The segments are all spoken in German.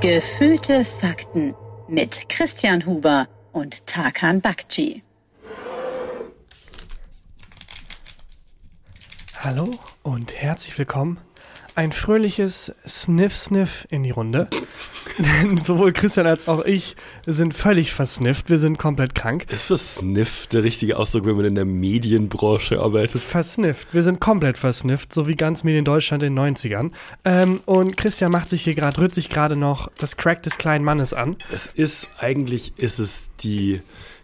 Gefühlte Fakten mit Christian Huber und Tarkan Bakci. Hallo und herzlich willkommen. Ein fröhliches Sniff-Sniff in die Runde. Denn sowohl Christian als auch ich sind völlig versnifft. Wir sind komplett krank. Ist versniff der richtige Ausdruck, wenn man in der Medienbranche arbeitet? Versnifft. Wir sind komplett versnifft, so wie ganz Medien Deutschland in den 90ern. Ähm, und Christian macht sich hier gerade, rührt sich gerade noch das Crack des kleinen Mannes an. Es ist, eigentlich ist es die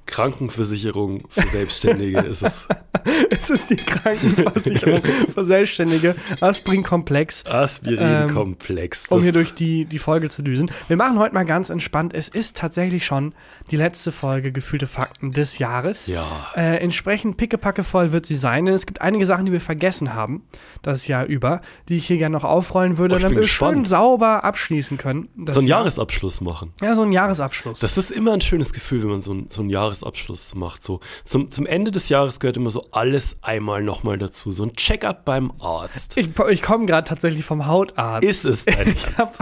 Krankenversicherung für Selbstständige. ist es. es ist die Krankenversicherung für Selbstständige. Aspirin-Komplex. Aspirin-Komplex. um Das- hier durch die, die Folge zu düsen. Wir machen heute mal ganz entspannt. Es ist tatsächlich schon die letzte Folge Gefühlte Fakten des Jahres. Ja. Äh, entsprechend pickepacke voll wird sie sein, denn es gibt einige Sachen, die wir vergessen haben, das Jahr über, die ich hier gerne noch aufrollen würde, Oh, ich damit bin wir schön gespannt. sauber abschließen können. das so einen Jahr. Jahresabschluss machen. Ja, so ein Jahresabschluss. Das ist immer ein schönes Gefühl, wenn man so, einen- so einen Jahresabschluss macht. So zum, zum Ende des Jahres gehört immer so alles einmal nochmal dazu. So ein Check-up beim Arzt. ich ich komme gerade tatsächlich vom Hautarzt. Ist es dein Ich habe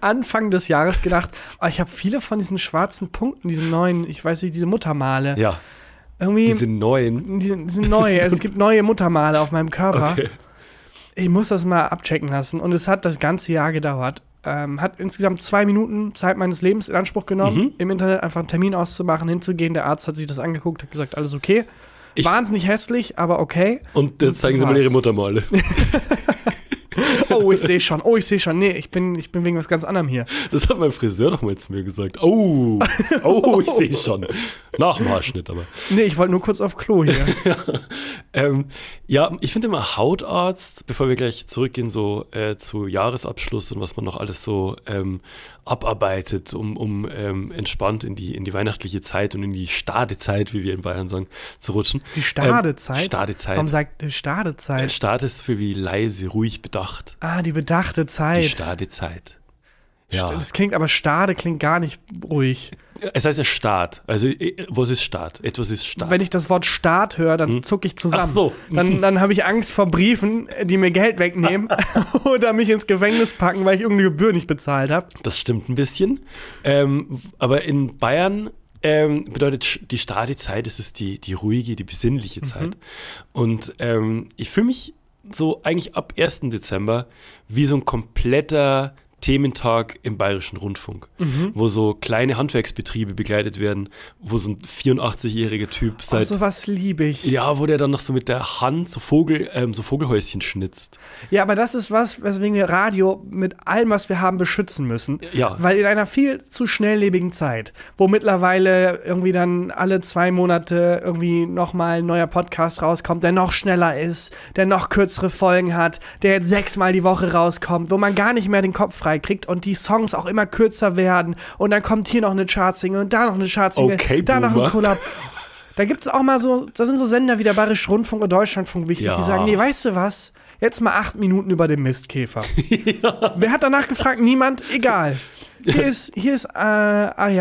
Anfang des Jahres gedacht, oh, ich habe viele von diesen schwarzen Punkten, diesen neuen, ich weiß nicht, diese Muttermale. Ja, irgendwie, diese neuen. die, sind- die sind neu. es gibt neue Muttermale auf meinem Körper. Okay. Ich muss das mal abchecken lassen. Und es hat das ganze Jahr gedauert. Ähm, hat insgesamt zwei Minuten Zeit meines Lebens in Anspruch genommen, Mhm. im Internet einfach einen Termin auszumachen, hinzugehen. Der Arzt hat sich das angeguckt, hat gesagt, alles okay. Ich- Wahnsinnig hässlich, aber okay. Und jetzt zeigen das sie mal war's. ihre Muttermale. Oh, ich sehe schon, oh, ich sehe schon. Nee, ich bin, ich bin wegen was ganz anderem hier. Das hat mein Friseur doch mal zu mir gesagt. Oh, oh, ich sehe schon. Nach dem Haarschnitt aber. Nee, ich wollte nur kurz auf Klo hier. Ähm, ja, ich finde immer Hautarzt, bevor wir gleich zurückgehen, so äh, zu Jahresabschluss und was man noch alles so ähm, abarbeitet, um, um ähm, entspannt in die, in die weihnachtliche Zeit und in die Stadezeit, wie wir in Bayern sagen, zu rutschen. Die Stadezeit. Ähm, Stadezeit. Warum sagt die Äh, Stadezeit? Stade ist für wie leise, ruhig, bedacht. ah, die bedachte Die Zeit. Stadezeit. St- Ja. Das klingt aber Stade klingt gar nicht ruhig. Es heißt ja Staat. Also, äh, was ist Staat? Etwas ist Staat. Wenn ich das Wort Staat höre, dann zucke ich zusammen. Hm? Ach so. Dann, dann habe ich Angst vor Briefen, die mir Geld wegnehmen oder mich ins Gefängnis packen, weil ich irgendeine Gebühr nicht bezahlt habe. Das stimmt ein bisschen. Ähm, aber in Bayern ähm, bedeutet Sch- die Stadezeit, es ist die, die ruhige, die besinnliche Zeit. Und ähm, ich fühle mich so eigentlich ab 1. Dezember wie so ein kompletter Thementag im Bayerischen Rundfunk, wo so kleine Handwerksbetriebe begleitet werden, wo so ein 84-jähriger Typ Oh, seit. sowas liebe ich. Ja. ja, wo der dann noch so mit der Hand so, Vogel, ähm, so Vogelhäuschen schnitzt. aber das ist was, weswegen wir Radio mit allem, was wir haben, beschützen müssen. Ja. Weil in einer viel zu schnelllebigen Zeit, wo mittlerweile irgendwie dann alle zwei Monate irgendwie nochmal ein neuer Podcast rauskommt, der noch schneller ist, der noch kürzere Folgen hat, der jetzt sechsmal die Woche rauskommt, wo man gar nicht mehr den Kopf frei kriegt und die Songs auch immer kürzer werden und dann kommt hier noch eine Chartsingle und da noch eine Chartsingle, Okay, da noch ein Boomer. Collab. Da gibt es auch mal so, da sind so Sender wie der Bayerische Rundfunk und Deutschlandfunk wichtig, die Ja. sagen, nee, weißt du was? Jetzt mal acht Minuten über den Mistkäfer. Wer hat danach gefragt? Niemand? Egal. Hier ist, hier ist äh,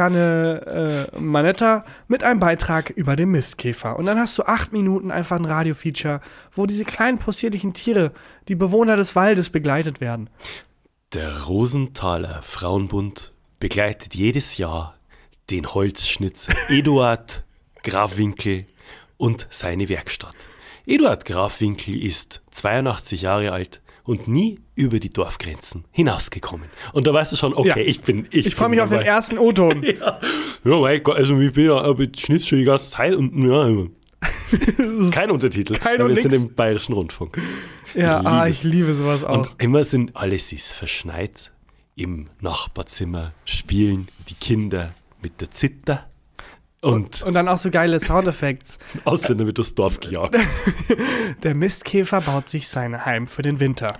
Ariane äh, Manetta mit einem Beitrag über den Mistkäfer. Und dann hast du acht Minuten einfach ein Radio-Feature, wo diese kleinen possierlichen Tiere, die Bewohner des Waldes, begleitet werden. Der Rosenthaler Frauenbund begleitet jedes Jahr den Holzschnitzer Eduard Grafwinkel und seine Werkstatt. Eduard Grafwinkel ist 82 Jahre alt und nie über die Dorfgrenzen hinausgekommen. Und da weißt du schon, okay, Ja. ich bin ich. Ich freue mich bin auf den dabei. ersten O-Ton. Ja, mein Gott, also ich bin ja aber ich schnitz schon die ganze Zeit und ja. Kein Untertitel. Kein weil und wir sind nix. im Bayerischen Rundfunk. Ja, liebe ah, es. ich liebe sowas auch. Und immer sind alles ist verschneit. Im Nachbarzimmer spielen die Kinder mit der Zither und, Und dann auch so geile Soundeffekts. Ausländer wird durchs Dorf gejagt. Der Mistkäfer baut sich sein Heim für den Winter.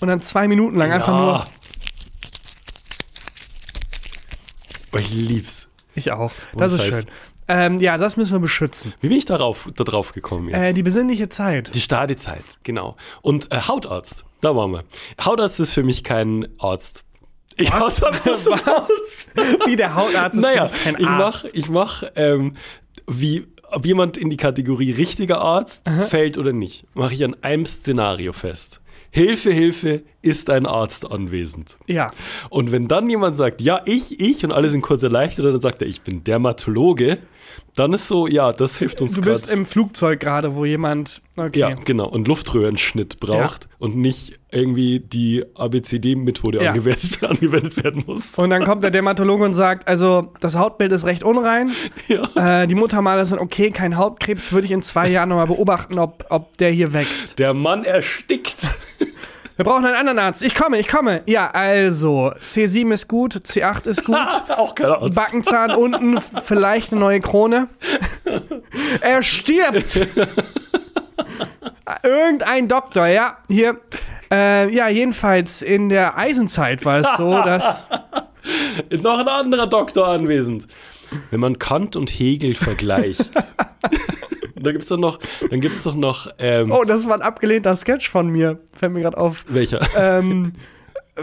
Und dann zwei Minuten lang einfach Ah. nur. Oh, ich lieb's. Ich auch. Das ist Scheiß. schön. Ähm, ja, das müssen wir beschützen. Wie bin ich darauf, da drauf gekommen? Jetzt? Äh, die besinnliche Zeit. Die Stadezeit, genau. Und äh, Hautarzt, da waren wir. Hautarzt ist für mich kein Arzt. Ich Was? Was? Wie der Hautarzt ist naja, für mich kein ich Arzt. mach, ich mach, ähm, wie, ob jemand in die Kategorie richtiger Arzt fällt oder nicht, mache ich an einem Szenario fest. Hilfe, Hilfe, ist ein Arzt anwesend? Ja. Und wenn dann jemand sagt, ja, ich, ich, und alle sind kurz erleichtert, und dann sagt er, ich bin Dermatologe, dann ist so, ja, das hilft uns Du bist gerade. im Flugzeug gerade, wo jemand. Okay. Ja, genau. Und Luftröhrenschnitt braucht und nicht irgendwie die ABCD-Methode Ja. angewendet, angewendet werden muss. Und dann kommt der Dermatologe und sagt, also das Hautbild ist recht unrein. Ja. Äh, die Muttermale sind okay, kein Hautkrebs. Würde ich in zwei Jahren nochmal beobachten, ob, ob der hier wächst. Der Mann erstickt. Wir brauchen einen anderen Arzt. Ich komme, ich komme. Ja, also C7 ist gut, C8 ist gut. Auch keine Ahnung. Backenzahn unten, f- vielleicht eine neue Krone. Er stirbt. Irgendein Doktor, ja, hier. Äh, ja, jedenfalls in der Eisenzeit war es so, dass Ist noch ein anderer Doktor anwesend. Wenn man Kant und Hegel vergleicht. da gibt's doch noch, dann gibt's doch noch, ähm, Oh, das war ein abgelehnter Sketch von mir. Fällt mir gerade auf. welcher? Ähm,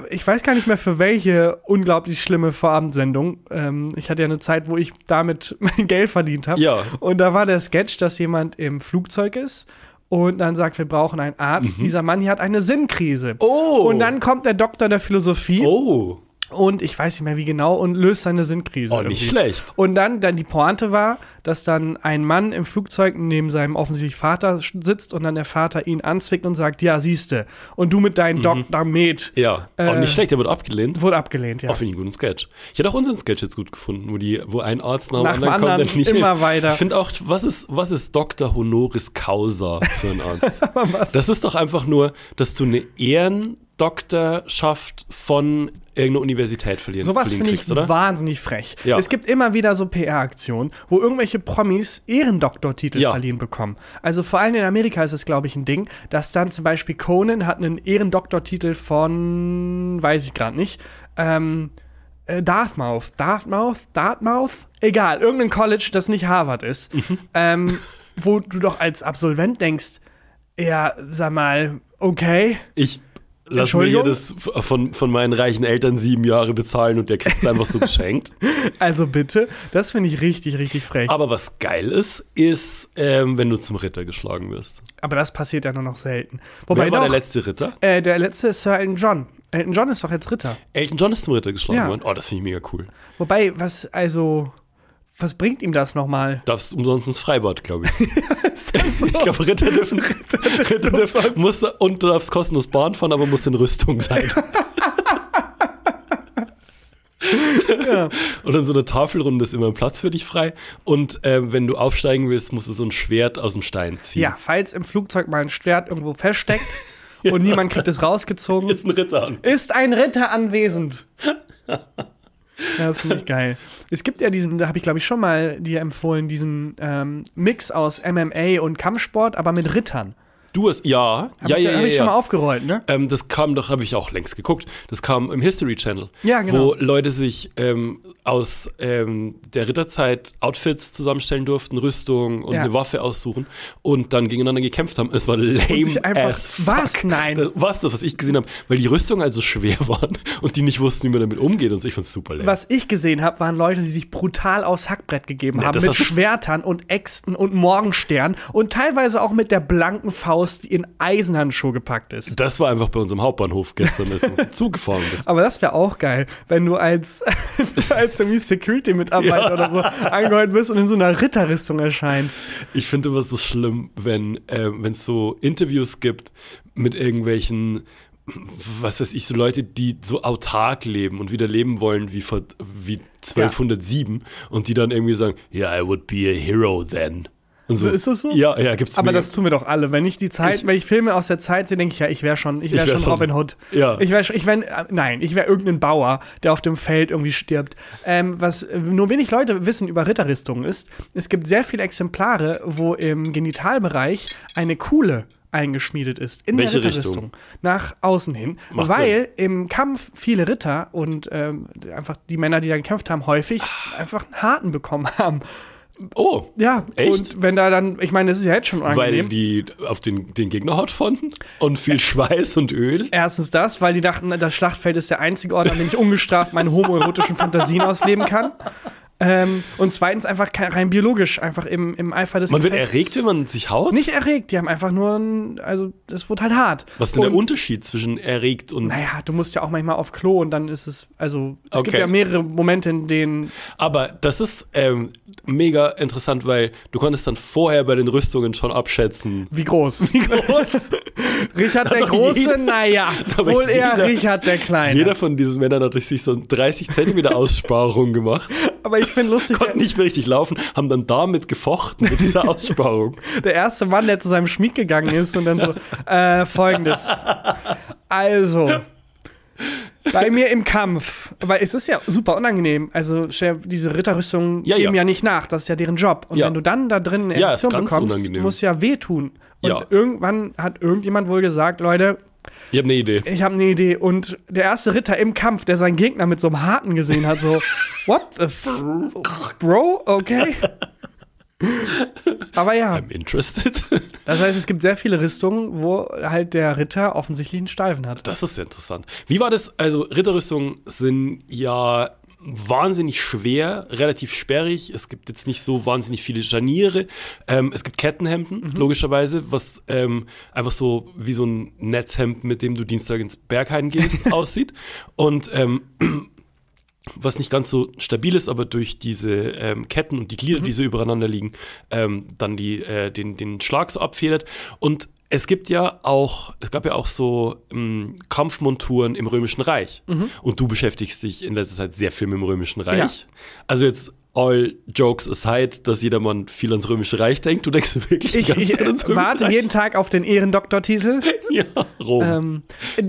ich weiß gar nicht mehr für welche unglaublich schlimme Vorabendsendung. Ähm, ich hatte ja eine Zeit, wo ich damit mein Geld verdient habe. Ja. Und da war der Sketch, dass jemand im Flugzeug ist und dann sagt, wir brauchen einen Arzt. Dieser Mann hier hat eine Sinnkrise. Mhm. Oh. Und dann kommt der Doktor der Philosophie oh, und ich weiß nicht mehr wie genau und löst seine Sinnkrise. Oh, nicht irgendwie. schlecht. Und dann, dann die Pointe war, dass dann ein Mann im Flugzeug neben seinem offensichtlich Vater sch- sitzt und dann der Vater ihn anzwickt und sagt, ja, siehste, und du mit deinem Dr. Med Mhm. ja. oh, Äh, nicht schlecht, der wird abgelehnt. wurde abgelehnt, ja. Oh, finde ich einen guten Sketch. Ich hätte auch unseren Sketch jetzt gut gefunden, wo, die, wo ein Arzt nach dem Nach dem anderen, kommt, der anderen nicht immer hilft. weiter. Ich finde auch, was ist, was ist Dr. Honoris Causa für einen Arzt? das ist doch einfach nur, dass du eine Ehrendoktorschaft von irgendeiner Universität verlieren, Sowas verliehen finde ich kriegst, oder? wahnsinnig frech. Ja. Es gibt immer wieder so PR-Aktionen, wo irgendwelche Promis Ehrendoktortitel Ja. verliehen bekommen. Also vor allem in Amerika ist es, glaube ich, ein Ding, dass dann zum Beispiel Conan hat einen Ehrendoktortitel von, weiß ich gerade nicht, ähm, äh, Dartmouth, Dartmouth, Dartmouth, egal, irgendein College, das nicht Harvard ist, Mhm. ähm, wo du doch als Absolvent denkst, ja, sag mal, okay, Ich lasse mir Entschuldigung? jedes von, von meinen reichen Eltern sieben Jahre bezahlen und der kriegt es einfach so geschenkt. also bitte, das finde ich richtig, richtig frech. Aber was geil ist, ist, ähm, wenn du zum Ritter geschlagen wirst. Aber das passiert ja nur noch selten. Wer Wobei war doch, der letzte Ritter? Äh, der letzte ist Sir Elton John. Elton John ist doch jetzt Ritter. Elton John ist zum Ritter geschlagen Ja. worden. Oh, das finde ich mega cool. Wobei, was, also, was bringt ihm das nochmal? Darfst umsonst ins Freibad, glaube ich. Ich glaube, Ritter dürfen. Ritter dürfen musst, du- und du darfst kostenlos Bahn fahren, aber musst in Rüstung sein. Und in so einer Tafelrunde ist immer ein Platz für dich frei. Und äh, wenn du aufsteigen willst, musst du so ein Schwert aus dem Stein ziehen. Ja, falls im Flugzeug mal ein Schwert irgendwo feststeckt und niemand kriegt es rausgezogen, Ist ein Ritter. ist ein Ritter anwesend. Ja, das finde ich geil. Es gibt ja diesen, da habe ich glaube ich schon mal dir empfohlen, diesen ähm, Mix aus MMA und Kampfsport, aber mit Rittern. Du hast. Ja, ja, Hab ich, ja. da- ja, hab ich ja. schon mal aufgerollt, ne? Ähm, das kam doch, habe ich auch längst geguckt. Das kam im History Channel, Ja, genau. wo Leute sich ähm, aus ähm, der Ritterzeit Outfits zusammenstellen durften, Rüstung und Ja. eine Waffe aussuchen und dann gegeneinander gekämpft haben. Es war lame sich einfach- as fuck. Was? Nein. Das- Was das, was ich gesehen habe, weil die Rüstungen also schwer waren und die nicht wussten, wie man damit umgeht und so. ich fand's super lame. Was ich gesehen habe, waren Leute, die sich brutal aus Hackbrett gegeben haben. das Mit hast du- Schwertern und Äxten und Morgenstern und teilweise auch mit der blanken Faust, die in Eisenhandschuhe gepackt ist. Das war einfach bei uns im Hauptbahnhof gestern, als du zugefahren bist. Aber das wäre auch geil, wenn du als, als irgendwie Security-Mitarbeiter oder so angeheuert bist und in so einer Ritterrüstung erscheinst. Ich finde immer so schlimm, wenn äh, es so Interviews gibt mit irgendwelchen, was weiß ich, so Leute, die so autark leben und wieder leben wollen wie, vor, wie 1207 und die dann irgendwie sagen, yeah, I would be a hero then. Und so, Ist das so? Ja, ja, gibt's Aber mega- das tun wir doch alle. Wenn ich die Zeit, Ich- wenn ich Filme aus der Zeit sehe, denke ich ja, ich wäre schon, ich wäre Ich wär schon schon- Robin Hood. Ja. Ich wäre schon, ich wäre, äh, nein, ich wäre irgendein Bauer, der auf dem Feld irgendwie stirbt. Ähm, was äh, nur wenig Leute wissen über Ritterrüstungen ist, es gibt sehr viele Exemplare, wo im Genitalbereich eine Kuhle eingeschmiedet ist. In Welche der Ritterrüstung. Richtung? Nach außen hin. Macht weil im Kampf viele Ritter und ähm, einfach die Männer, die da gekämpft haben, häufig Ah. einfach einen Harten bekommen haben. oh, Ja, Echt? und wenn da dann, ich meine, das ist ja jetzt schon weil angenehm. die auf den, den Gegner haut von und viel Schweiß und Öl. Erstens das, weil die dachten, das Schlachtfeld ist der einzige Ort, an dem ich ungestraft meine homoerotischen Fantasien ausleben kann. Ähm, und zweitens einfach kein- rein biologisch, einfach im, im Eifer des Man wird Gefechts. erregt, wenn man sich haut? Nicht erregt, die haben einfach nur, ein, also das wurde halt hart. Was ist denn der Und- Unterschied zwischen erregt und. Naja, du musst ja auch manchmal auf Klo und dann ist es, also es gibt Okay. ja mehrere Momente, in denen Aber das ist ähm, mega interessant, weil du konntest dann vorher bei den Rüstungen schon abschätzen. wie groß. Wie groß? Richard der doch Große, jeder- naja, doch wohl eher jeder- Richard der Kleine. Jeder von diesen Männern hat sich so eine 30 Zentimeter Aussparung gemacht, Aber ich finde lustig, konnten nicht mehr richtig laufen, haben dann damit gefochten mit dieser Aussparung. der, der erste Mann, der zu seinem Schmied gegangen ist und dann so, äh, folgendes. Also, bei mir im Kampf, weil es ist ja super unangenehm, also Chef, diese Ritterrüstungen Ja, geben ja. ja nicht nach, das ist ja deren Job. Und Ja. wenn du dann da drin eine Ja, ist Erektion ganz bekommst, unangenehm. muss ja wehtun. Und Ja. irgendwann hat irgendjemand wohl gesagt, Leute, Ich habe eine Idee. ich habe eine Idee. Und der erste Ritter im Kampf, der seinen Gegner mit so einem Harten gesehen hat, so, what the f Bro, okay. Aber ja, I'm interested. das heißt, es gibt sehr viele Rüstungen, wo halt der Ritter offensichtlich einen Steifen hat. Das ist ja interessant. Wie war das? Also, Ritterrüstungen sind ja wahnsinnig schwer, relativ sperrig. Es gibt jetzt nicht so wahnsinnig viele Scharniere. Ähm, es gibt Kettenhemden, logischerweise, was ähm, einfach so wie so ein Netzhemd, mit dem du Dienstag ins Berghain gehst, aussieht. Und ähm, was nicht ganz so stabil ist, aber durch diese ähm, Ketten und die Mhm. Glieder, die so übereinander liegen, ähm, dann die, äh, den, den Schlag so abfedert. Und es gibt ja auch, es gab ja auch so ähm, Kampfmonturen im Römischen Reich. Und du beschäftigst dich in letzter Zeit sehr viel mit dem Römischen Reich. Mhm. Ja. Also jetzt all jokes aside, dass jedermann viel ans Römische Reich denkt. Du denkst wirklich die Ich, ganze ich Zeit äh, ans Römische warte Reich. jeden Tag auf den Ehrendoktortitel. Ja, Rom. Ähm,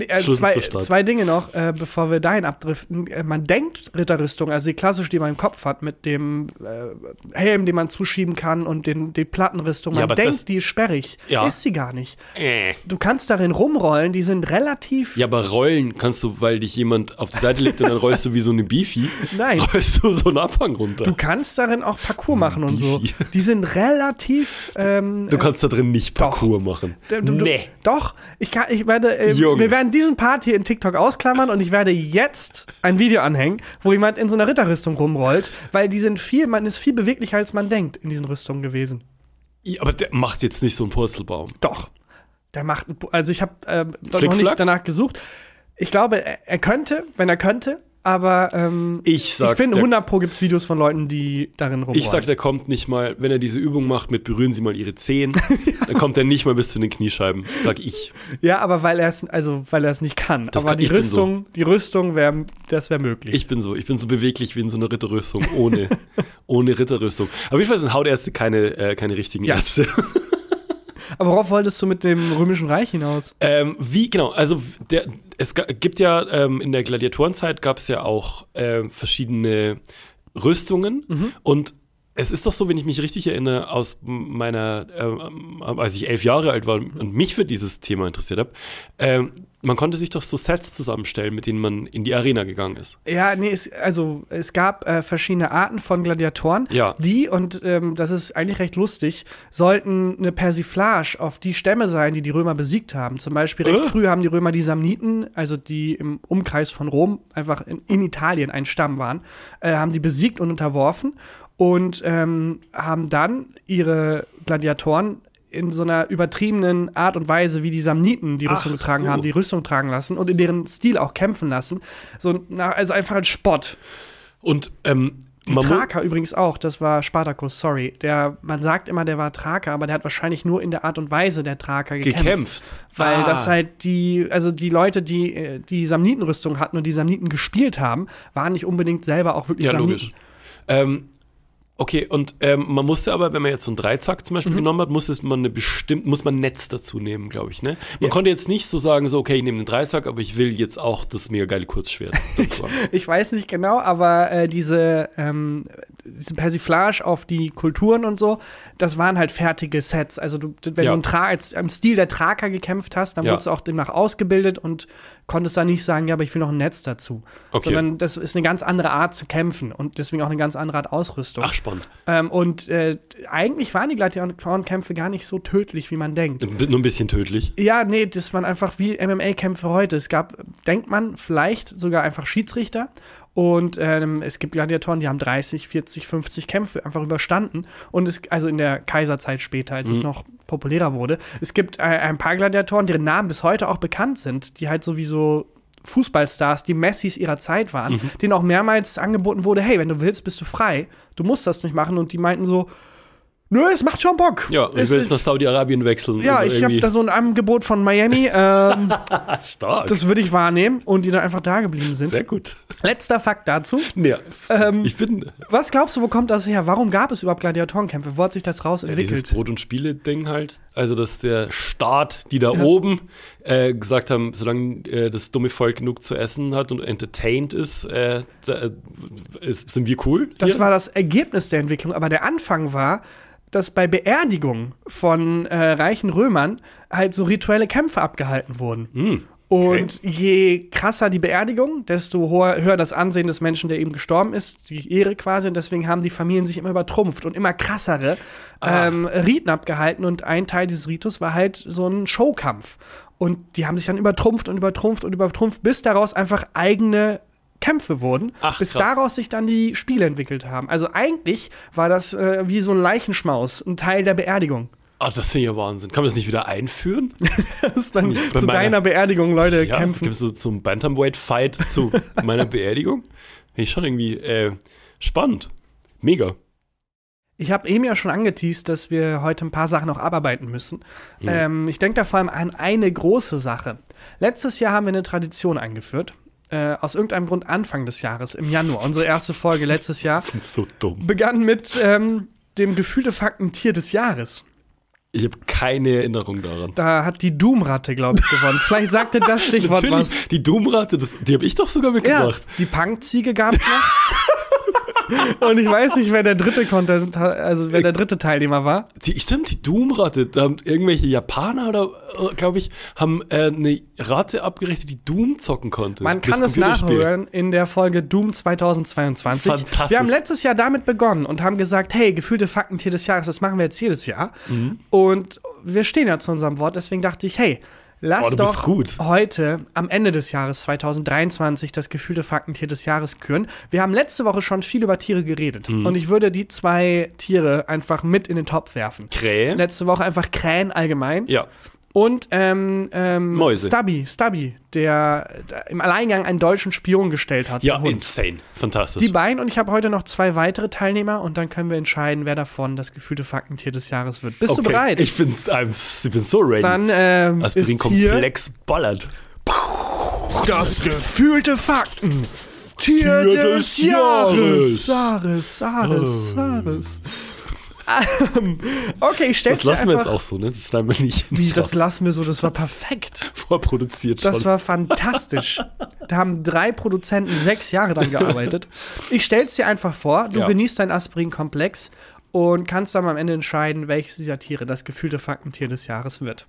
äh, Schlüssel zwei, zur Stadt. zwei Dinge noch, äh, bevor wir dahin abdriften. Äh, man denkt Ritterrüstung, also die klassische, die man im Kopf hat, mit dem äh, Helm, den man zuschieben kann und den, die Plattenrüstung. Ja, Man aber denkt, das- die ist sperrig. Ja. Ist sie gar nicht. äh. Du kannst darin rumrollen, die sind relativ. Ja, aber rollen kannst du, weil dich jemand auf die Seite legt und dann rollst du wie so eine Beefy. Nein. Rollst du so einen Abhang runter. Du Du, kannst darin auch Parcours machen und so. Bifi. Die sind relativ. Ähm, kannst da drin nicht Parcours machen. Du, du, nee. du, doch, ich, kann, ich werde, äh, Junge. wir werden diesen Part hier in TikTok ausklammern und ich werde jetzt ein Video anhängen, wo jemand in so einer Ritterrüstung rumrollt, weil die sind viel, man ist viel beweglicher als man denkt in diesen Rüstungen gewesen. Ja, aber der macht jetzt nicht so einen Purzelbaum. Doch, der macht, einen Pu- also ich habe äh, noch Flick, nicht flack? danach gesucht. Ich glaube, er, er könnte, wenn er könnte, aber ähm, Ich sag, ich finde, der- 100 pro gibt's Videos von Leuten, die darin rumrollen. Ich sag, der kommt nicht mal, wenn er diese Übung macht mit berühren Sie mal Ihre Zehen, dann kommt er nicht mal bis zu den Kniescheiben, sag ich. ja, aber weil er es, also weil er es nicht kann. Das aber kann- die ich bin so. Rüstung, die Rüstung wäre, das wäre möglich. Ich bin so, ich bin so beweglich wie in so einer Ritterrüstung, ohne, ohne Ritterrüstung. Auf jeden Fall sind Hautärzte keine, äh, keine richtigen Ja. Ärzte. Aber worauf wolltest du mit dem Römischen Reich hinaus? Ähm, wie, genau, also der, es ga- gibt ja ähm, in der Gladiatorenzeit gab es ja auch ähm, verschiedene Rüstungen und es ist doch so, wenn ich mich richtig erinnere, aus m- meiner, ähm, als ich elf Jahre alt war und mich für dieses Thema interessiert habe, ähm, man konnte sich doch so Sets zusammenstellen, mit denen man in die Arena gegangen ist. Ja, nee, es, also es gab äh, verschiedene Arten von Gladiatoren, Ja. die, und ähm, das ist eigentlich recht lustig, sollten eine Persiflage auf die Stämme sein, die die Römer besiegt haben. Zum Beispiel recht Äh? früh haben die Römer die Samniten, also die im Umkreis von Rom einfach in, in Italien ein Stamm waren, äh, haben die besiegt und unterworfen und ähm, haben dann ihre Gladiatoren in so einer übertriebenen Art und Weise, wie die Samniten die Rüstung Ach getragen so. haben, die Rüstung tragen lassen und in deren Stil auch kämpfen lassen. So, na, also einfach ein Spott. Und ähm, Die man mu- Thraker übrigens auch, das war Spartacus, sorry. Der, man sagt immer, der war Thraker, aber der hat wahrscheinlich nur in der Art und Weise der Thraker gekämpft. Gekämpft. Weil Ah. das halt die, also die Leute, die äh, die Samnitenrüstung hatten und die Samniten gespielt haben, waren nicht unbedingt selber auch wirklich Ja, Samniten. logisch. Ähm, okay, und ähm, man musste aber, wenn man jetzt so einen Dreizack zum Mhm. Beispiel genommen hat, musste man eine bestimmt, muss man ein Netz dazu nehmen, glaube ich. Ne? Man konnte jetzt nicht so sagen, so, okay, ich nehme den Dreizack, aber ich will jetzt auch das mega geile Kurzschwert dazu haben. Ich weiß nicht genau, aber äh, diese, ähm, diese Persiflage auf die Kulturen und so, das waren halt fertige Sets. Also du, wenn Ja. du im, Tra als, im Stil der Traker gekämpft hast, dann Ja. wurdest du auch demnach ausgebildet und konntest dann nicht sagen, ja, aber ich will noch ein Netz dazu. Okay. Sondern das ist eine ganz andere Art zu kämpfen und deswegen auch eine ganz andere Art Ausrüstung. Ach, spannend. Ähm, und äh, eigentlich waren die Gladiatorenkämpfe gar nicht so tödlich, wie man denkt. Nur ein bisschen tödlich. Ja, nee, das waren einfach wie MMA-Kämpfe heute. Es gab, denkt man, vielleicht sogar einfach Schiedsrichter Und ähm, es gibt Gladiatoren, die haben 30, 40, 50 Kämpfe einfach überstanden. Und es, also in der Kaiserzeit später, als Mhm. es noch populärer wurde. Es gibt äh, ein paar Gladiatoren, deren Namen bis heute auch bekannt sind, die halt sowieso Fußballstars, die Messis ihrer Zeit waren, Mhm. denen auch mehrmals angeboten wurde, hey, wenn du willst, bist du frei. Du musst das nicht machen. Und die meinten so, nö, es macht schon Bock. Ja, ich Es will ist- jetzt nach Saudi-Arabien wechseln. ja, oder ich habe Also irgendwie. da so ein Angebot von Miami. Ähm, Ah, stark. das würde ich wahrnehmen und die dann einfach da geblieben sind. Sehr gut. Letzter Fakt dazu. Ja, Ähm, ich bin. Was glaubst du, wo kommt das her? Warum gab es überhaupt Gladiatorenkämpfe? Wo hat sich das Dieses rausentwickelt? Brot- und Spiele-Ding halt. Also, dass der Staat, die da oben äh, gesagt haben, solange äh, das dumme Volk genug zu essen hat und entertained ist, äh, da, äh, ist sind wir cool. Das hier. war das Ergebnis der Entwicklung, aber der Anfang war, dass bei Beerdigungen von äh, reichen Römern halt so rituelle Kämpfe abgehalten wurden. Und je krasser die Beerdigung, desto hoher, höher das Ansehen des Menschen, der eben gestorben ist, die Ehre quasi. Und deswegen haben die Familien sich immer übertrumpft und immer krassere ähm, Riten abgehalten. Und ein Teil dieses Ritus war halt so ein Showkampf. Und die haben sich dann übertrumpft und übertrumpft und übertrumpft, bis daraus einfach eigene Kämpfe wurden. Ach, bis krass. daraus daraus sich dann die Spiele entwickelt haben. Also eigentlich war das äh, wie so ein Leichenschmaus, ein Teil der Beerdigung. Ah, das finde ich ja Wahnsinn. Kann man das nicht wieder einführen? Das ist dann Hm, bei zu meiner- deiner Beerdigung, Leute, ja, kämpfen. gibt es so zum Bantamweight-Fight zu meiner Beerdigung? Finde ich schon irgendwie äh, spannend. Mega. Ich habe eben ja schon angeteased, dass wir heute ein paar Sachen noch abarbeiten müssen. Hm. Ähm, ich denke da vor allem an eine große Sache. Letztes Jahr haben wir eine Tradition eingeführt. Äh, aus irgendeinem Grund Anfang des Jahres, im Januar. Unsere erste Folge letztes Jahr Das ist so dumm. begann mit ähm, dem gefühlte Fakten Tier des Jahres. Ich habe keine Erinnerung daran. Da hat die Doom-Ratte, glaube ich, gewonnen. Vielleicht sagte das Stichwort was. Natürlich, die Doomratte, das, die habe ich doch sogar Ja, mitgebracht. die Punkziege gab es noch. Und ich weiß nicht, wer der dritte Content, also wer der dritte Teilnehmer war. Die, stimmt, die Doomratte, da haben irgendwelche Japaner oder, glaube ich, haben äh, eine Ratte abgerichtet, die Doom zocken konnte. Man kann Das es Computerspiel. nachhören in der Folge Doom 2022. Fantastisch. Wir haben letztes Jahr damit begonnen und haben gesagt, hey, gefühlte Faktentier des Jahres, das machen wir jetzt jedes Jahr. Mhm. Und wir stehen ja zu unserem Wort, deswegen dachte ich, hey, Oh, lass du bist doch gut. heute am Ende des Jahres 2023 das gefühlte Faktentier des Jahres küren. Wir haben letzte Woche schon viel über Tiere geredet Mhm. und ich würde die zwei Tiere einfach mit in den Topf werfen. Krähe? Letzte Woche einfach Krähen allgemein. Ja. Und ähm, ähm, Mäuse. Stubby, Stubby, der äh, im Alleingang einen deutschen Spion gestellt hat. Ja, den Hund. insane. Fantastisch. Die beiden und ich habe heute noch zwei weitere Teilnehmer und dann können wir entscheiden, wer davon das gefühlte Faktentier des Jahres wird. Bist okay. du bereit? Ich bin, I'm, ich bin so ready. dann ähm, das ist Berlin hier komplex ballert. das gefühlte Fakten. Tier des des Jahres. Oh. Jahres. Jahres, Jahres, Jahres. Ähm, Okay, ich stell's Das dir lassen wir einfach. jetzt auch so, ne? Das schneiden wir nicht Wie, das lassen wir so, das war perfekt. vorproduziert schon. Das war fantastisch. da haben drei Produzenten sechs Jahre dran gearbeitet. Ich stell's dir einfach vor, du Ja. genießt deinen Aspirin-Komplex und kannst dann am Ende entscheiden, welches dieser Tiere das gefühlte Faktentier des Jahres wird.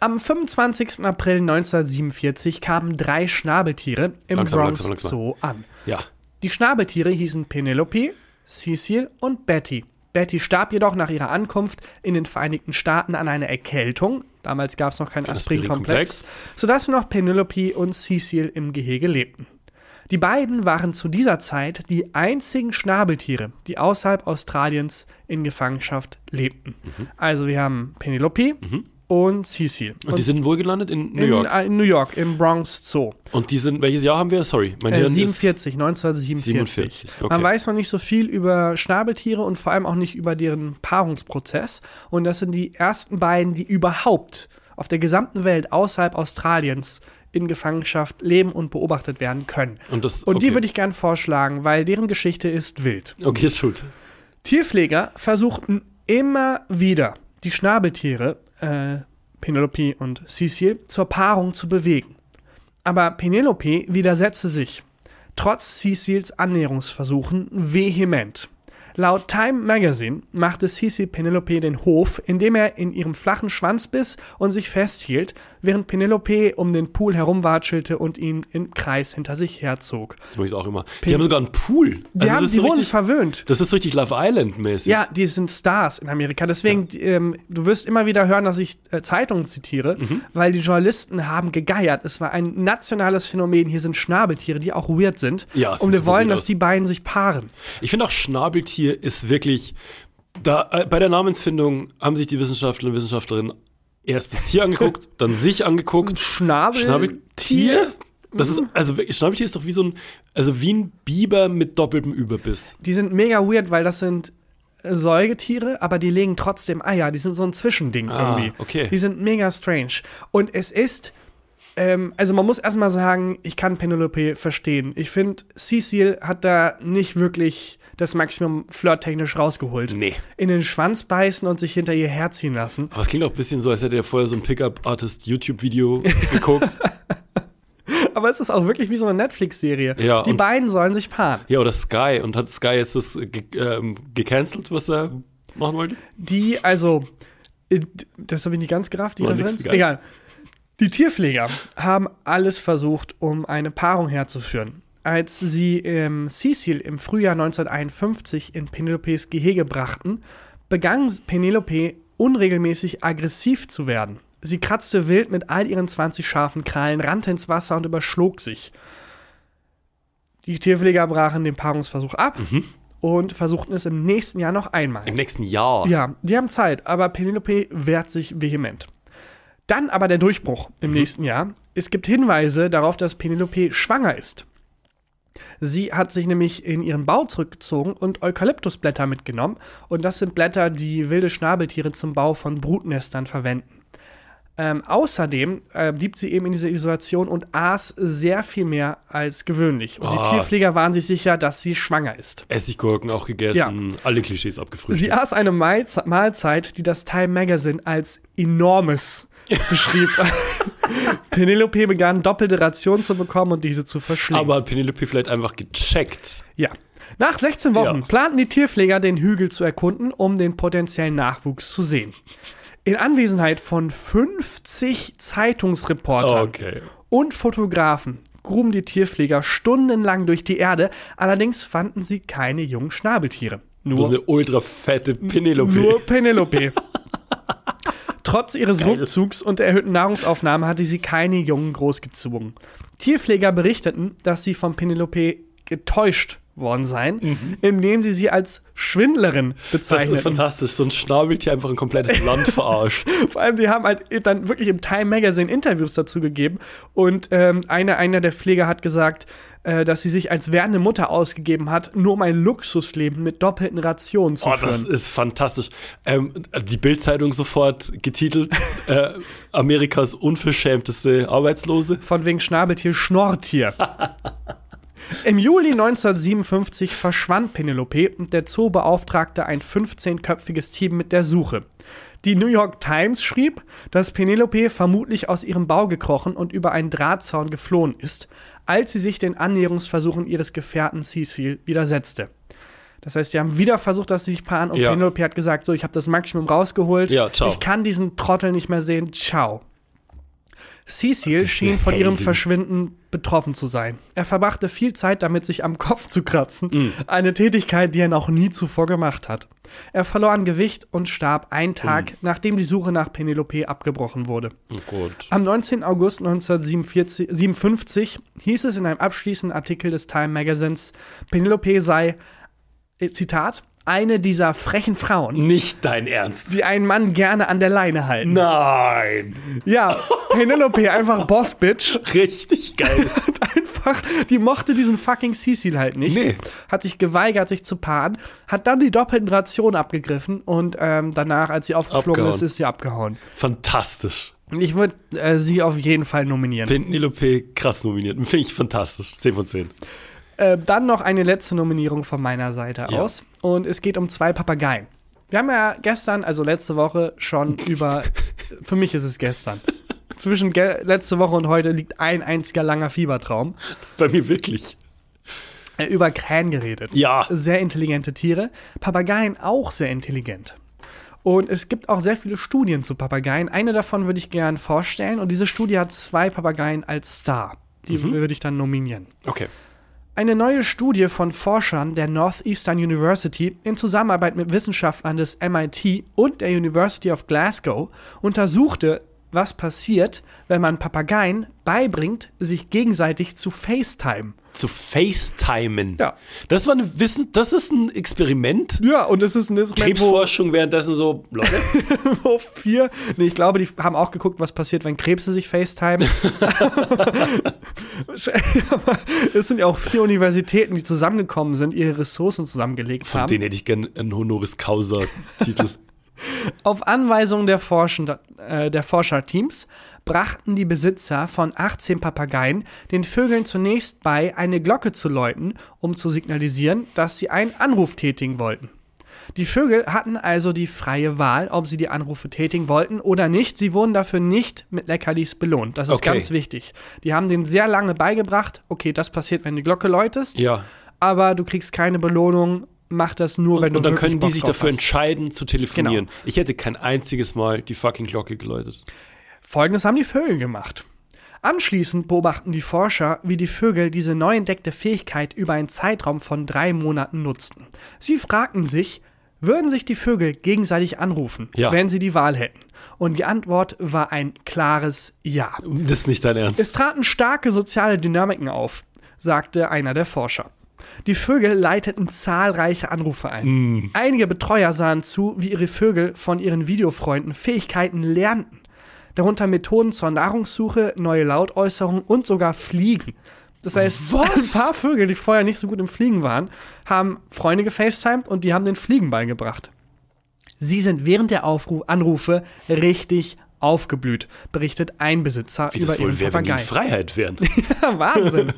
Am 25. April 1947 kamen drei Schnabeltiere im Langsam, Bronx langsam, langsam. Zoo an. ja. Die Schnabeltiere hießen Penelope, Cecil und Betty. Betty starb jedoch nach ihrer Ankunft in den Vereinigten Staaten an einer Erkältung. Damals gab es noch keinen Aspirin-Komplex. Aspirin-Komplex, sodass nur noch Penelope und Cecil im Gehege lebten. Die beiden waren zu dieser Zeit die einzigen Schnabeltiere, die außerhalb Australiens in Gefangenschaft lebten. Also wir haben Penelope und Cecil. Mhm. Und, die sind wo gelandet? In New in, York. äh, in New York, im Bronx Zoo. Und die sind, welches Jahr haben wir? Sorry, mein Äh, Hirn 47, 1947. 47, okay. Man weiß noch nicht so viel über Schnabeltiere und vor allem auch nicht über deren Paarungsprozess. Und das sind die ersten beiden, die überhaupt auf der gesamten Welt außerhalb Australiens in Gefangenschaft leben und beobachtet werden können. Und das- und die okay. würde ich gern vorschlagen, weil deren Geschichte ist wild. ist. Okay, ist gut. Tierpfleger versuchten immer wieder, die Schnabeltiere, äh, Penelope und Cecil, zur Paarung zu bewegen. Aber Penelope widersetzte sich, trotz Cecils Annäherungsversuchen, vehement. Laut Time Magazine machte Sisi Penelope den Hof, indem er in ihrem flachen Schwanz biss und sich festhielt, während Penelope um den Pool herumwatschelte und ihn im Kreis hinter sich herzog. Das mache ich auch immer. Die haben sogar einen Pool. Also Die das haben ist die so wurden richtig- verwöhnt. Das ist richtig Love Island-mäßig. Ja, die sind Stars in Amerika. Deswegen, ähm, du wirst immer wieder hören, dass ich äh, Zeitungen zitiere, Mhm. weil die Journalisten haben gegeiert. Es war ein nationales Phänomen. Hier sind Schnabeltiere, die auch weird sind. Ja, es und sieht wir so wollen, weird dass aus. die beiden sich paaren. Ich finde auch Schnabeltier ist wirklich. Da, äh, bei der Namensfindung haben sich die Wissenschaftler und Wissenschaftlerinnen erst das Tier angeguckt, dann sich angeguckt. Schnabel- Schnabeltier? Das ist, also wirklich, Schnabeltier ist doch wie so ein, also wie ein Biber mit doppeltem Überbiss. Die sind mega weird, weil das sind äh, Säugetiere, aber die legen trotzdem Eier. Die sind so ein Zwischending Ah, irgendwie. okay. Die sind mega strange. Und es ist, ähm, also man muss erstmal sagen, ich kann Penelope verstehen. Ich finde, Cecil hat da nicht wirklich das Maximum flirttechnisch rausgeholt. Nee. In den Schwanz beißen und sich hinter ihr herziehen lassen. Aber es klingt auch ein bisschen so, als hätte er vorher so ein Pickup-Artist-YouTube-Video geguckt. Aber es ist auch wirklich wie so eine Netflix-Serie. Ja, die und- beiden sollen sich paaren. ja, oder Sky. Und hat Sky jetzt das äh, ge ähm, gecancelt, was er machen wollte? die, also, äh, das habe ich nicht ganz gerafft, die War nix, Referenz. egal. Egal. Die Tierpfleger haben alles versucht, um eine Paarung herzuführen. Als sie ähm, Cecil im Frühjahr 1951 in Penelopes Gehege brachten, begann Penelope unregelmäßig aggressiv zu werden. Sie kratzte wild mit all ihren 20 scharfen Krallen, rannte ins Wasser und überschlog sich. Die Tierpfleger brachen den Paarungsversuch ab Mhm. und versuchten es im nächsten Jahr noch einmal. Im nächsten Jahr. Ja, die haben Zeit, aber Penelope wehrt sich vehement. Dann aber der Durchbruch im nächsten Jahr. Es gibt Hinweise darauf, dass Penelope schwanger ist. Sie hat sich nämlich in ihren Bau zurückgezogen und Eukalyptusblätter mitgenommen. Und das sind Blätter, die wilde Schnabeltiere zum Bau von Brutnestern verwenden. Ähm, außerdem äh, blieb sie eben in dieser Isolation und aß sehr viel mehr als gewöhnlich. Und die Ah. Tierpfleger waren sich sicher, dass sie schwanger ist. Essiggurken auch gegessen, alle Klischees abgefrühstückt. Sie aß eine Mahlze Mahlzeit, die das Time Magazine als enormes beschrieb. Penelope begann doppelte Rationen zu bekommen und diese zu verschlingen. Aber hat Penelope vielleicht einfach gecheckt? ja. Nach 16 Wochen Ja. planten die Tierpfleger, den Hügel zu erkunden, um den potenziellen Nachwuchs zu sehen. In Anwesenheit von 50 Zeitungsreportern Okay. und Fotografen gruben die Tierpfleger stundenlang durch die Erde, allerdings fanden sie keine jungen Schnabeltiere. Nur Das ist eine ultra fette Penelope. Nur Penelope. Trotz ihres Rückzugs und der erhöhten Nahrungsaufnahme hatte sie keine Jungen großgezogen. Tierpfleger berichteten, dass sie von Penelope getäuscht worden seien, indem sie sie als Schwindlerin Mhm. das ist bezeichneten. fantastisch. So ein Schnabeltier einfach ein komplettes Land verarscht. Vor allem, die haben halt dann wirklich im Time Magazine Interviews dazu gegeben und ähm, einer, einer der Pfleger hat gesagt, äh, dass sie sich als werdende Mutter ausgegeben hat, nur um ein Luxusleben mit doppelten Rationen zu Oh, führen. das ist fantastisch. Ähm, die Bild-Zeitung sofort getitelt: äh, Amerikas unverschämteste Arbeitslose. Von wegen Schnabeltier, Schnorrtier. Im Juli 1957 verschwand Penelope und der Zoo beauftragte ein 15-köpfiges Team mit der Suche. Die New York Times schrieb, dass Penelope vermutlich aus ihrem Bau gekrochen und über einen Drahtzaun geflohen ist, als sie sich den Annäherungsversuchen ihres Gefährten Cecil widersetzte. Das heißt, sie haben wieder versucht, dass sie sich paaren und Ja. Penelope hat gesagt, so, ich habe das Maximum rausgeholt, Ja, ciao. ich kann diesen Trottel nicht mehr sehen, ciao. Cecil schien von ihrem Heldin. Verschwinden betroffen zu sein. Er verbrachte viel Zeit damit, sich am Kopf zu kratzen, eine Tätigkeit, die er noch nie zuvor gemacht hat. Er verlor an Gewicht und starb einen Tag, nachdem die Suche nach Penelope abgebrochen wurde. Oh Gott. Am 19. August 1957 hieß es in einem abschließenden Artikel des Time Magazins, Penelope sei, äh, Zitat, eine dieser frechen Frauen, Nicht dein Ernst. die einen Mann gerne an der Leine halten. Nein. Ja, Penelope einfach Boss Bitch. Richtig geil. hat einfach, die mochte diesen fucking Cecil halt nicht. Nee. Hat sich geweigert, sich zu paaren, hat dann die doppelten Rationen abgegriffen und ähm, danach, als sie aufgeflogen Abgehauen. ist, ist sie abgehauen. fantastisch. Und ich würde äh, sie auf jeden Fall nominieren. Penelope krass nominiert. Finde ich fantastisch. 10 von 10. Äh, dann noch eine letzte Nominierung von meiner Seite Ja. aus. Und es geht um zwei Papageien. Wir haben ja gestern, also letzte Woche, schon über. für mich ist es gestern. Zwischen ge letzte Woche und heute liegt ein einziger langer Fiebertraum. Bei mir wirklich. äh, über Krähen geredet. Ja. Sehr intelligente Tiere. Papageien auch sehr intelligent. Und es gibt auch sehr viele Studien zu Papageien. Eine davon würde ich gern vorstellen. Und diese Studie hat zwei Papageien als Star. Die würde ich dann nominieren. Okay. Eine neue Studie von Forschern der Northeastern University in Zusammenarbeit mit Wissenschaftlern des MIT und der University of Glasgow untersuchte, was passiert, wenn man Papageien beibringt, sich gegenseitig zu FaceTime. Zu FaceTimen. Ja. Das war eine Wissen, das ist ein Experiment. Ja, und es ist ein Instrument, wo, Krebsforschung währenddessen so, Leute, wo vier, nee, ich glaube, die haben auch geguckt, was passiert, wenn Krebse sich FaceTime. Aber es sind ja auch vier Universitäten, die zusammengekommen sind, ihre Ressourcen zusammengelegt von haben. denen hätte ich gern einen Honoris Causa-Titel. Auf Anweisung der, Forschend- äh, der Forscherteams brachten die Besitzer von 18 Papageien den Vögeln zunächst bei, eine Glocke zu läuten, um zu signalisieren, dass sie einen Anruf tätigen wollten. Die Vögel hatten also die freie Wahl, ob sie die Anrufe tätigen wollten oder nicht. Sie wurden dafür nicht mit Leckerlis belohnt. Das ist Okay. ganz wichtig. Die haben denen sehr lange beigebracht, okay, das passiert, wenn die Glocke läutest, ja. aber du kriegst keine Belohnung. Mach das nur, wenn du Und dann wirklich können die Bock sich drauf dafür hast. entscheiden, zu telefonieren. Ich hätte kein einziges Mal die fucking Glocke geläutet. Folgendes haben die Vögel gemacht. Anschließend beobachten die Forscher, wie die Vögel diese neu entdeckte Fähigkeit über einen Zeitraum von drei Monaten nutzten. Sie fragten sich, würden sich die Vögel gegenseitig anrufen, Ja. wenn sie die Wahl hätten? Und die Antwort war ein klares Ja. Das ist nicht dein Ernst. Es traten starke soziale Dynamiken auf, sagte einer der Forscher. Die Vögel leiteten zahlreiche Anrufe ein. Einige Betreuer sahen zu, wie ihre Vögel von ihren Videofreunden Fähigkeiten lernten. Darunter Methoden zur Nahrungssuche, neue Lautäußerungen und sogar Fliegen. Das heißt, ein paar Vögel, die vorher nicht so gut im Fliegen waren, haben Freunde gefacetimed und die haben den Fliegen beigebracht. Sie sind während der Aufru Anrufe richtig aufgeblüht, berichtet ein Besitzer Wie über das ihren wohl wäre, wenn die in Papagei. Freiheit wären. Ja, Wahnsinn.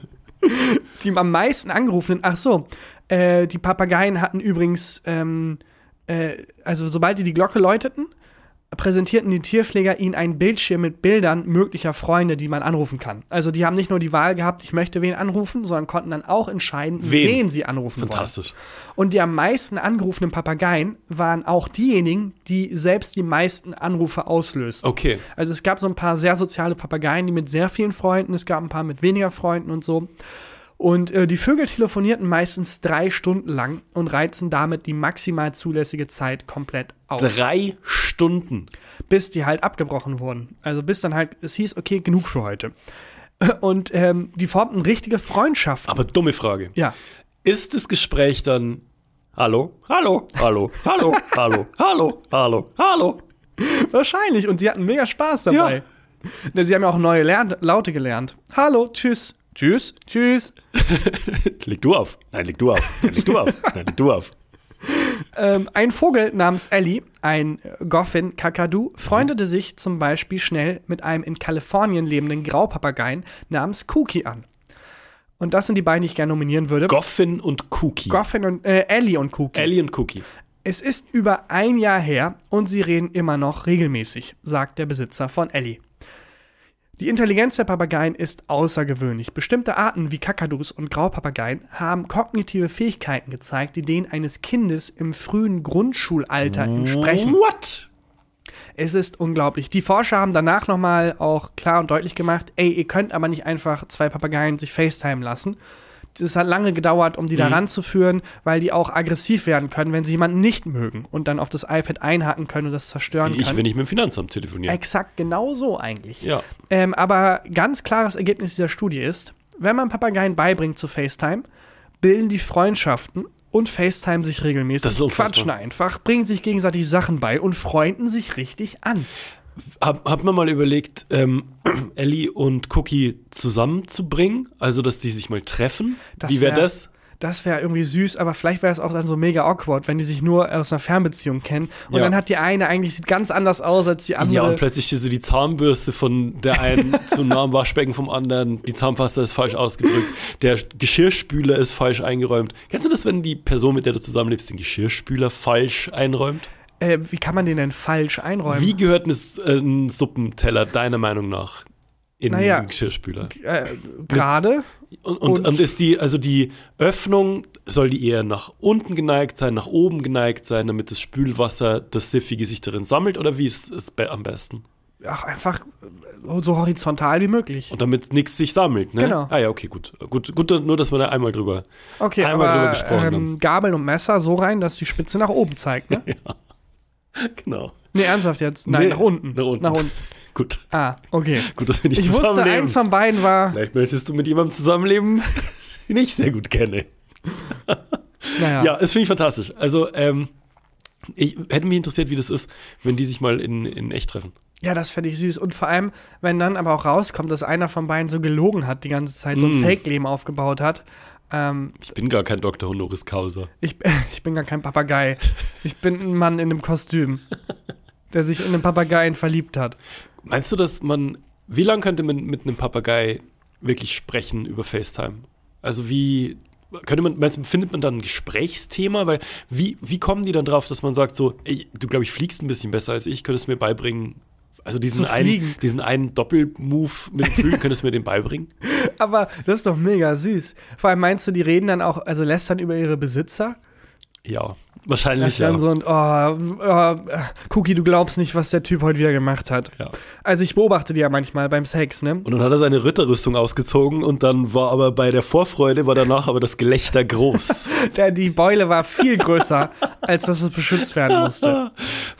die am meisten angerufenen. Ach so, äh, die Papageien hatten übrigens, ähm, äh, also sobald die die Glocke läuteten, präsentierten die Tierpfleger ihnen einen Bildschirm mit Bildern möglicher Freunde, die man anrufen kann. Also die haben nicht nur die Wahl gehabt, ich möchte wen anrufen, sondern konnten dann auch entscheiden, Wen? wen, sie anrufen Fantastisch. wollen. Und die am meisten angerufenen Papageien waren auch diejenigen, die selbst die meisten Anrufe auslösten. Okay. Also es gab so ein paar sehr soziale Papageien, die mit sehr vielen Freunden, es gab ein paar mit weniger Freunden und so. Und äh, die Vögel telefonierten meistens drei Stunden lang und reizen damit die maximal zulässige Zeit komplett aus, Drei Stunden. bis die halt abgebrochen wurden. Also bis dann halt es hieß, okay, genug für heute. Und ähm, die formten richtige Freundschaften. Aber dumme Frage. Ja, Ist das Gespräch dann Hallo, hallo, hallo, hallo, hallo, hallo, hallo, hallo? wahrscheinlich. Und sie hatten mega Spaß dabei. Ne, Sie haben ja auch neue Lern Laute gelernt. Hallo, tschüss, tschüss, tschüss. Leg du auf. Nein, leg du auf. Nein, leg du auf. Nein, leg du auf. Ähm, ein Vogel namens Ellie, ein äh, Goffin Kakadu, freundete sich zum Beispiel schnell mit einem in Kalifornien lebenden Graupapageien namens Cookie an. Und das sind die beiden, die ich gerne nominieren würde. Goffin und Cookie. Goffin und äh, Ellie und Cookie. Ellie und Cookie. Es ist über ein Jahr her und sie reden immer noch regelmäßig, sagt der Besitzer von Ellie. Die Intelligenz der Papageien ist außergewöhnlich. Bestimmte Arten wie Kakadus und Graupapageien haben kognitive Fähigkeiten gezeigt, die denen eines Kindes im frühen Grundschulalter entsprechen. What? Es ist unglaublich. Die Forscher haben danach nochmal auch klar und deutlich gemacht, ey, ihr könnt aber nicht einfach zwei Papageien sich FaceTime lassen. Es hat lange gedauert, um die Mhm. da ranzuführen, weil die auch aggressiv werden können, wenn sie jemanden nicht mögen und dann auf das iPad einhaken können und das zerstören Ich können. will nicht mit dem Finanzamt telefonieren. Exakt genau so eigentlich. Ja. Ähm, aber ganz klares Ergebnis dieser Studie ist, wenn man Papageien beibringt zu FaceTime, bilden die Freundschaften und FaceTime sich regelmäßig, Das ist unfassbar. quatschen einfach, bringen sich gegenseitig Sachen bei und freunden sich richtig an. Hab, hat man mal überlegt, ähm, Ellie und Cookie zusammenzubringen? Also, dass die sich mal treffen? Das Wie wäre wär- das? Das wäre irgendwie süß, aber vielleicht wäre es auch dann so mega awkward, wenn die sich nur aus einer Fernbeziehung kennen. Und Ja. dann hat die eine eigentlich sieht ganz anders aus als die andere. Ja, und plötzlich steht so die Zahnbürste von der einen zum nahen Waschbecken vom anderen. Die Zahnpasta ist falsch ausgedrückt. Der Geschirrspüler ist falsch eingeräumt. Kennst du das, wenn die Person, mit der du zusammenlebst, den Geschirrspüler falsch einräumt? äh, wie kann man den denn falsch einräumen? Wie gehört ein, S- äh, ein Suppenteller deiner Meinung nach in Naja. den Geschirrspüler? Äh, Gerade? Und, und, und, ist die, also die Öffnung, soll die eher nach unten geneigt sein, nach oben geneigt sein, damit das Spülwasser, das Siffige sich darin sammelt? Oder wie ist es be am besten? Ach, einfach so horizontal wie möglich. Und damit nichts sich sammelt, ne? Genau. Ah ja, okay, gut. Gut, gut nur, dass wir da einmal drüber, Okay, einmal drüber aber gesprochen ähm, Gabel und Messer so rein, dass die Spitze nach oben zeigt, ne? haben. Genau. Nee, ernsthaft jetzt. Nein, Nee, nach unten. nach unten. Nach unten. Gut. Ah, okay. Gut, dass wir nicht Ich wusste, zusammenleben. eins von beiden war. Vielleicht möchtest du mit jemandem zusammenleben, den ich sehr gut kenne. Naja. Ja, das finde ich fantastisch. Also, ähm, ich hätte mich interessiert, wie das ist, wenn die sich mal in, in echt treffen. Ja, das fände ich süß. Und vor allem, wenn dann aber auch rauskommt, dass einer von beiden so gelogen hat die ganze Zeit, so ein Mm. Fake-Leben aufgebaut hat. Ähm, Ich bin gar kein Dr. Honoris Causa. ich, ich bin gar kein Papagei. Ich bin ein Mann in einem Kostüm, der sich in einen Papageien verliebt hat. Meinst du, dass man, wie lange könnte man mit einem Papagei wirklich sprechen über FaceTime? Also wie, könnte man, meinst du, findet man dann ein Gesprächsthema? Weil wie, wie kommen die dann drauf, dass man sagt so, ey, du glaube ich fliegst ein bisschen besser als ich, könntest du mir beibringen, also diesen Zu einen, fliegen. diesen einen Doppelmove mit dem Flügel, könntest du mir den beibringen? Aber das ist doch mega süß. Vor allem meinst du, die reden dann auch, also lästern über ihre Besitzer? Ja, Das wahrscheinlich ist dann ja. so ein, oh, oh, Cookie, du glaubst nicht, was der Typ heute wieder gemacht hat. ja. Also ich beobachte die ja manchmal beim Sex, ne? Und dann hat er seine Ritterrüstung ausgezogen und dann war aber bei der Vorfreude, war danach aber das Gelächter groß. Der, die Beule war viel größer, als dass es beschützt werden musste.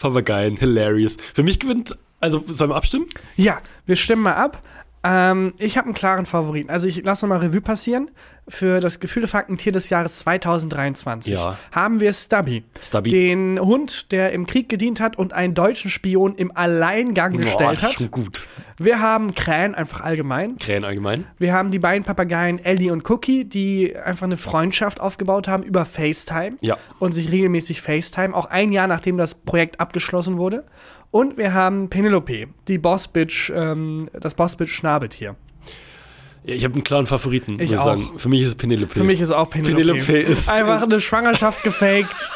Papageien, hilarious. Für mich gewinnt, also sollen wir abstimmen? Ja, wir stimmen mal ab. Ähm, ich habe einen klaren Favoriten. Also ich lasse nochmal Revue passieren. Für das gefühlte Faktentier des Jahres 2023 Ja. haben wir Stubby. Stubby. Den Hund, der im Krieg gedient hat und einen deutschen Spion im Alleingang gestellt das ist hat. schon gut. Wir haben Krähen einfach allgemein. Krähen allgemein. Wir haben die beiden Papageien Ellie und Cookie, die einfach eine Freundschaft aufgebaut haben über FaceTime Ja. und sich regelmäßig FaceTime, auch ein Jahr nachdem das Projekt abgeschlossen wurde. Und wir haben Penelope, die Bossbitch, ähm, das Bossbitch Schnabeltier. Ich habe einen klaren Favoriten, muss Ich ich auch. sagen. Für mich ist es Penelope. Für mich ist auch Penelope. Penelope ist- einfach eine Schwangerschaft gefaked.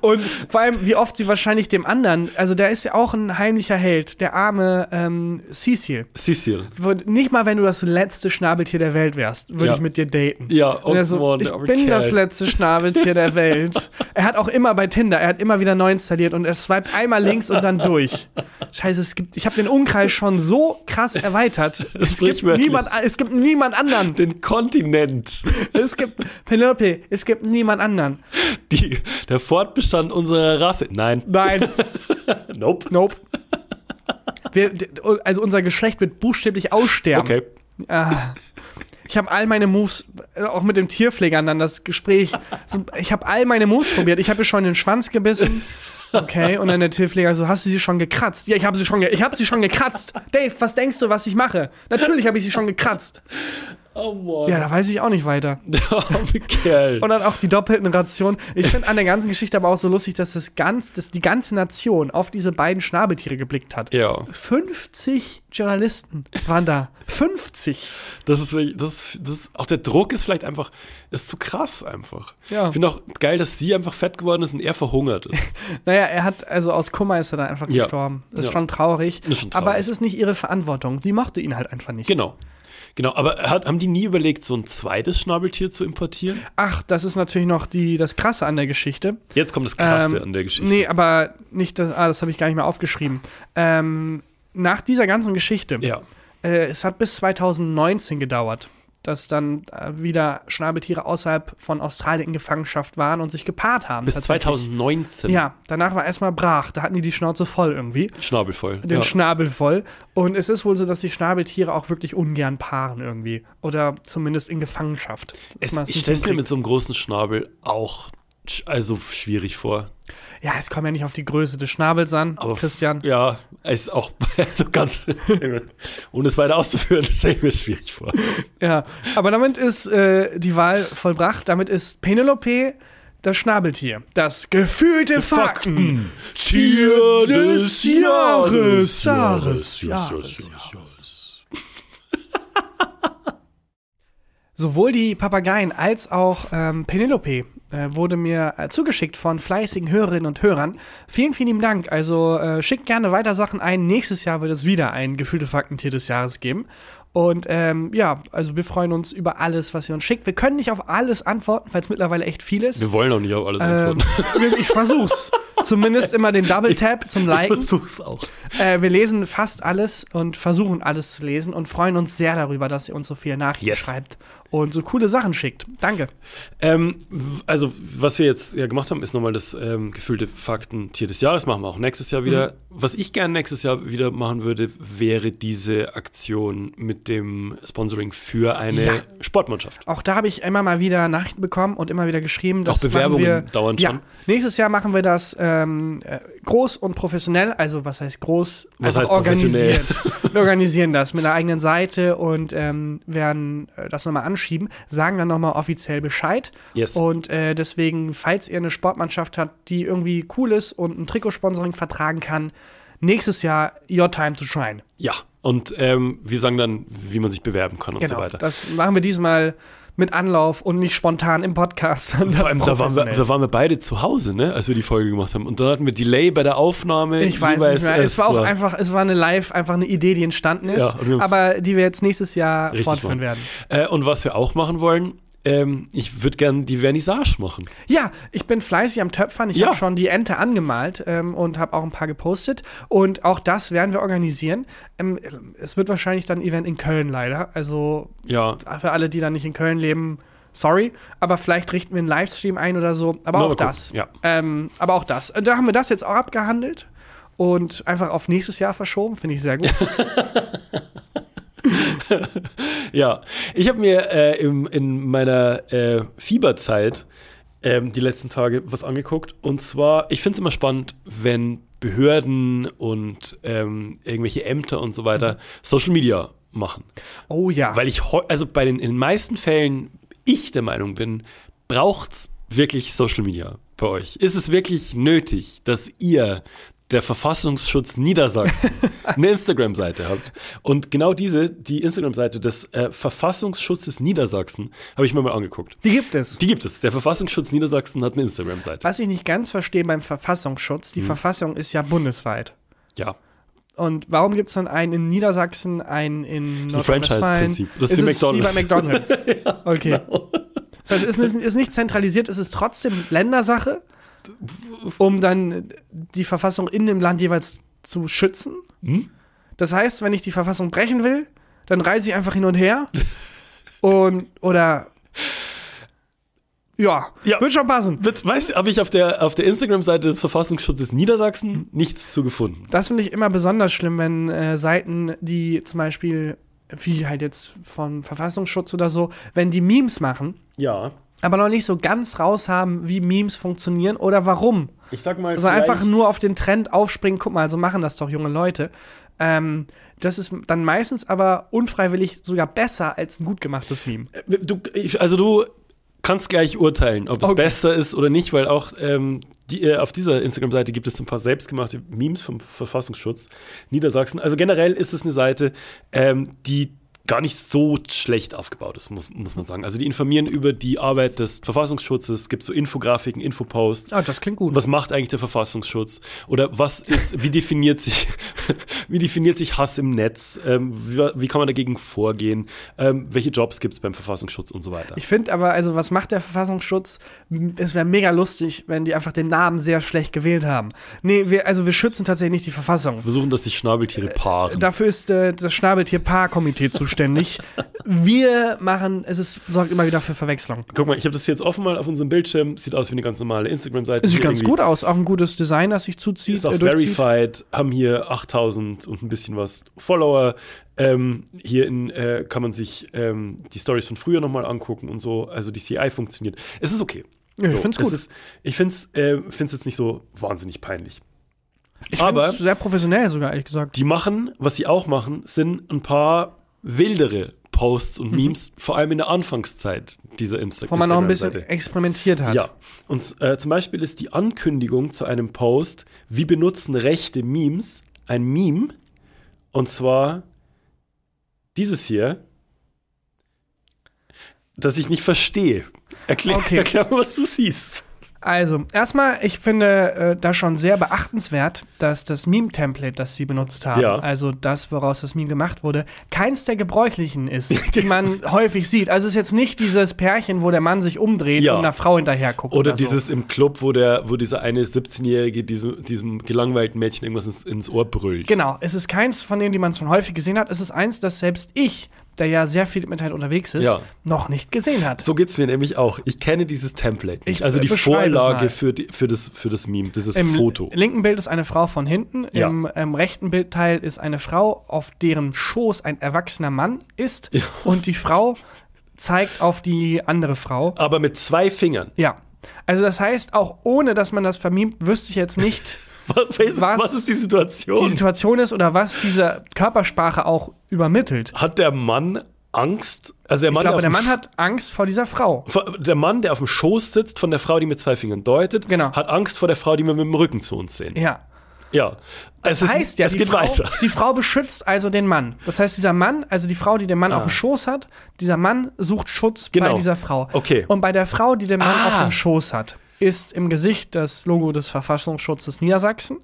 Und vor allem, wie oft sie wahrscheinlich dem anderen, also der ist ja auch ein heimlicher Held, der arme ähm, Cecil. Cecil. Würd- Nicht mal, wenn du das letzte Schnabeltier der Welt wärst, würde Ja. ich mit dir daten. Ja, Und er oh, so, Mann, ich der arme bin Kerl. das letzte Schnabeltier der Welt. er hat auch immer bei Tinder, er hat immer wieder neu installiert und er swiped einmal links und dann durch. Scheiße, es gibt, ich habe den Umkreis schon so krass erweitert. Es gibt, sprichwörtlich. niemand, es gibt niemand anderen. Den Kontinent. Es gibt Penelope, es gibt niemand anderen. Die, der Fortbestand unserer Rasse. Nein. Nein, Nope. nope. Wir, d- also unser Geschlecht wird buchstäblich aussterben. Okay. Ah. Ich habe all meine Moves, äh, auch mit dem Tierpfleger dann das Gespräch. So, ich habe all meine Moves probiert. Ich habe ihr schon den Schwanz gebissen. Okay, und dann der Tierpfleger so, hast du sie schon gekratzt? Ja, ich habe sie schon, ge ich habe sie schon gekratzt. Dave, was denkst du, was ich mache? Natürlich habe ich sie schon gekratzt. Oh Mann. Ja, da weiß ich auch nicht weiter. Der arme Kerl. Und dann auch die doppelten Rationen. Ich finde an der ganzen Geschichte aber auch so lustig, dass, das ganz, dass die ganze Nation auf diese beiden Schnabeltiere geblickt hat. Ja. 50 Journalisten waren da. 50. Das ist wirklich, das, ist- das ist, auch der Druck ist vielleicht einfach, ist zu krass einfach. Ja. Ich finde auch geil, dass sie einfach fett geworden ist und er verhungert ist. Naja, er hat, also aus Kummer ist er dann einfach Ja. gestorben. Das ist Ja. schon traurig. Ist schon traurig. Aber es ist nicht ihre Verantwortung. Sie mochte ihn halt einfach nicht. genau. Genau, aber hat, haben die nie überlegt, so ein zweites Schnabeltier zu importieren? Ach, das ist natürlich noch die, das Krasse an der Geschichte. Jetzt kommt das Krasse Ähm, an der Geschichte. Nee, aber nicht, das, ah, das habe ich gar nicht mehr aufgeschrieben. Ähm, nach dieser ganzen Geschichte Ja. Äh, es hat bis 2019 gedauert, dass dann äh, wieder Schnabeltiere außerhalb von Australien in Gefangenschaft waren und sich gepaart haben. Bis tatsächlich. 2019. Ja, danach war erstmal brach. Da hatten die die Schnauze voll irgendwie. Schnabel voll. Den ja. Schnabel voll. Und es ist wohl so, dass die Schnabeltiere auch wirklich ungern paaren irgendwie. Oder zumindest in Gefangenschaft. Dass es, man es ich nicht stelle es mir hinkriegt. mit so einem großen Schnabel auch sch- also schwierig vor. ja, es kommt ja nicht auf die Größe des Schnabels an, Aber f- Christian. Ja, es ist auch so ganz, ohne es weiter auszuführen, stelle ich mir schwierig vor. Ja, aber damit ist äh, die Wahl vollbracht. Damit ist Penelope das Schnabeltier. Das gefühlte Fakten. Tier des Jahres, Jahres, Jahres, Sowohl die Papageien als auch ähm, Penelope äh, wurde mir äh, zugeschickt von fleißigen Hörerinnen und Hörern. Vielen, vielen lieben Dank. Also äh, schickt gerne weiter Sachen ein. Nächstes Jahr wird es wieder ein gefühlte Faktentier des Jahres geben. Und ähm, ja, also wir freuen uns über alles, was ihr uns schickt. Wir können nicht auf alles antworten, weil es mittlerweile echt viel ist. Wir wollen auch nicht auf alles antworten. Ähm, ich versuch's. Zumindest immer den Double Tap zum Liken. Ich versuch's auch. Äh, wir lesen fast alles und versuchen alles zu lesen und freuen uns sehr darüber, dass ihr uns so viele Nachrichten Yes. schreibt und so coole Sachen schickt. Danke. Ähm, w- also, was wir jetzt ja gemacht haben, ist nochmal das ähm, gefühlte Fakten-Tier des Jahres. Machen wir auch nächstes Jahr Mhm. wieder. Was ich gerne nächstes Jahr wieder machen würde, wäre diese Aktion mit dem Sponsoring für eine Ja. Sportmannschaft. Auch da habe ich immer mal wieder Nachrichten bekommen und immer wieder geschrieben, dass Auch Bewerbungen machen wir, dauern ja, schon. Nächstes Jahr machen wir das ähm, äh, groß und professionell. Also was heißt groß? Was Einfach heißt professionell? organisiert. wir organisieren das mit einer eigenen Seite und ähm, werden äh, das nochmal anschieben, sagen dann nochmal offiziell Bescheid. Yes. Und äh, deswegen, falls ihr eine Sportmannschaft habt, die irgendwie cool ist und ein Trikotsponsoring vertragen kann, nächstes Jahr your time to shine. Ja. Und ähm, wir sagen dann, wie man sich bewerben kann und so weiter. Genau, Das machen wir diesmal mit Anlauf und nicht spontan im Podcast. sondern Vor allem, da waren, wir, professionell. da waren wir beide zu Hause, ne, als wir die Folge gemacht haben. Und dann hatten wir Delay bei der Aufnahme. ich weiß jeweils nicht mehr. Es war auch erst mal- einfach, es war eine Live, einfach eine Idee, die entstanden ist, Ja, und wir haben's- aber die wir jetzt nächstes Jahr Richtig fortführen machen. werden. Äh, und was wir auch machen wollen, ähm, ich würde gerne die Vernissage machen. Ja, ich bin fleißig am Töpfern. Ich Ja. habe schon die Ente angemalt ähm, und habe auch ein paar gepostet. Und auch das werden wir organisieren. Ähm, es wird wahrscheinlich dann ein Event in Köln leider. Also Ja, für alle, die da nicht in Köln leben, sorry. Aber vielleicht richten wir einen Livestream ein oder so. Aber Na, auch mal gucken. das. Ja. Ähm, aber auch das. Äh, Da haben wir das jetzt auch abgehandelt und einfach auf nächstes Jahr verschoben. Finde ich sehr gut. Ja, ich habe mir äh, im, in meiner äh, Fieberzeit ähm, die letzten Tage was angeguckt. Und zwar, ich finde es immer spannend, wenn Behörden und ähm, irgendwelche Ämter und so weiter Social Media machen. Oh ja. Weil ich, heu- also bei den, in den meisten Fällen, ich der Meinung bin, braucht's wirklich Social Media bei euch? Ist es wirklich nötig, dass ihr, der Verfassungsschutz Niedersachsen, eine Instagram-Seite habt? Und genau diese, die Instagram-Seite des äh, Verfassungsschutzes Niedersachsen, habe ich mir mal angeguckt. die gibt es. Die gibt es. Der Verfassungsschutz Niedersachsen hat eine Instagram-Seite. Was ich nicht ganz verstehe beim Verfassungsschutz, Mhm. die Verfassung ist ja bundesweit. Ja. Und warum gibt es dann einen in Niedersachsen, einen in ein Nordrhein-Westfalen? Franchise-Prinzip. Das ist ist wie es McDonald's. genau. Wie bei McDonalds. okay. Das heißt, es ist, nicht- ist nicht zentralisiert, es ist trotzdem Ländersache, um dann die Verfassung in dem Land jeweils zu schützen. Hm? Das heißt, wenn ich die Verfassung brechen will, dann reise ich einfach hin und her. und, oder. Ja, Ja. wird schon passen. Witz- Weißt du, habe ich auf der, auf der Instagram-Seite des Verfassungsschutzes Niedersachsen nichts zu gefunden. Das finde ich immer besonders schlimm, wenn äh, Seiten, die zum Beispiel, wie halt jetzt von Verfassungsschutz oder so, wenn die Memes machen, Ja. aber noch nicht so ganz raus haben, wie Memes funktionieren oder warum. Ich sag mal, Also vielleicht- einfach nur auf den Trend aufspringen, guck mal, so machen das doch junge Leute. Ähm, das ist dann meistens aber unfreiwillig sogar besser als ein gut gemachtes Meme. Du, ich- also du kannst gleich urteilen, ob es Okay. besser ist oder nicht, weil auch ähm, die, äh, auf dieser Instagram-Seite gibt es ein paar selbstgemachte Memes vom Verfassungsschutz Niedersachsen. Also generell ist es eine Seite, ähm, die gar nicht so schlecht aufgebaut ist, muss, muss man sagen. Also die informieren über die Arbeit des Verfassungsschutzes, gibt so Infografiken, Infoposts. Ah, das klingt gut. Was macht eigentlich der Verfassungsschutz? Oder was ist, wie definiert sich, wie definiert sich Hass im Netz? Ähm, wie, wie kann man dagegen vorgehen? Ähm, welche Jobs gibt es beim Verfassungsschutz und so weiter? Ich finde aber, also was macht der Verfassungsschutz? M- Es wäre mega lustig, wenn die einfach den Namen sehr schlecht gewählt haben. Nee, wir, also wir schützen tatsächlich nicht die Verfassung. Versuchen, dass sich Schnabeltiere paaren. Dafür ist äh, das Schnabeltier-Paar-Komitee zuständig. Wir machen, es ist, sorgt immer wieder für Verwechslung. Guck mal, ich habe das hier jetzt offen mal auf unserem Bildschirm. Sieht aus wie eine ganz normale Instagram-Seite. Sieht Hier ganz irgendwie- gut aus, auch ein gutes Design, das sich zuzieht. Ist auch äh, durchzieht. verified, haben hier 8000 und ein bisschen was Follower. Ähm, hier in, äh, kann man sich ähm, die Stories von früher nochmal angucken und so. Also die CI funktioniert. Es ist okay. Ja, ich so, find's es gut. Ist, ich finde es äh, find's jetzt nicht so wahnsinnig peinlich. Ich aber- finde es sehr professionell sogar, ehrlich gesagt. Die machen, was sie auch machen, sind ein paar wildere Posts und Memes, vor allem in der Anfangszeit dieser Insta Mhm. Wo man noch ein bisschen Instagram-Seite. experimentiert hat. Ja, und äh, zum Beispiel ist die Ankündigung zu einem Post, wie benutzen rechte Memes, ein Meme, und zwar dieses hier, das ich nicht verstehe. Erklär, Okay. erklär mir, was du siehst. Also, erstmal, ich finde äh, das schon sehr beachtenswert, dass das Meme-Template, das sie benutzt haben, Ja. also das, woraus das Meme gemacht wurde, keins der gebräuchlichen ist, die man häufig sieht. Also es ist jetzt nicht dieses Pärchen, wo der Mann sich umdreht Ja. und einer Frau hinterher guckt. Oder so. dieses im Club, wo, der, wo dieser eine 17-Jährige diesem, diesem gelangweilten Mädchen irgendwas ins, ins Ohr brüllt. Genau, es ist keins von denen, die man schon häufig gesehen hat. Es ist eins, das selbst ich, der ja sehr viel im Internet unterwegs ist, Ja. noch nicht gesehen hat. So geht's mir nämlich auch. Ich kenne dieses Template nicht. Ich, also äh, die beschreib es mal. Vorlage für, die, für, das, für das Meme, dieses Im Foto. linken Bild ist eine Frau von hinten, Ja. im, ähm, rechten Bildteil ist eine Frau, auf deren Schoß ein erwachsener Mann ist und die Frau zeigt auf die andere Frau. Aber mit zwei Fingern. Ja. Also das heißt, auch ohne dass man das vermimt, wüsste ich jetzt nicht, Was, was, Was- was ist die Situation? die Situation ist oder was diese Körpersprache auch übermittelt. hat der Mann Angst? Also der Ich Mann, glaube, der der, Mann auf dem hat Angst vor dieser Frau. Sch- vor- der Mann, der auf dem Schoß sitzt, von der Frau, die mit zwei Fingern deutet, Genau. hat Angst vor der Frau, die wir mit dem Rücken zu uns sehen. Ja. Ja. Das Das heißt ja, es die, geht Frau, weiter. die Frau beschützt also den Mann. Das heißt, dieser Mann, also die Frau, die den Mann auf dem Schoß hat, dieser Mann sucht Schutz bei Ah. Genau. dieser Frau. Okay. Und bei der Frau, die den Mann Ah. auf dem Schoß hat, ist im Gesicht das Logo des Verfassungsschutzes Niedersachsen.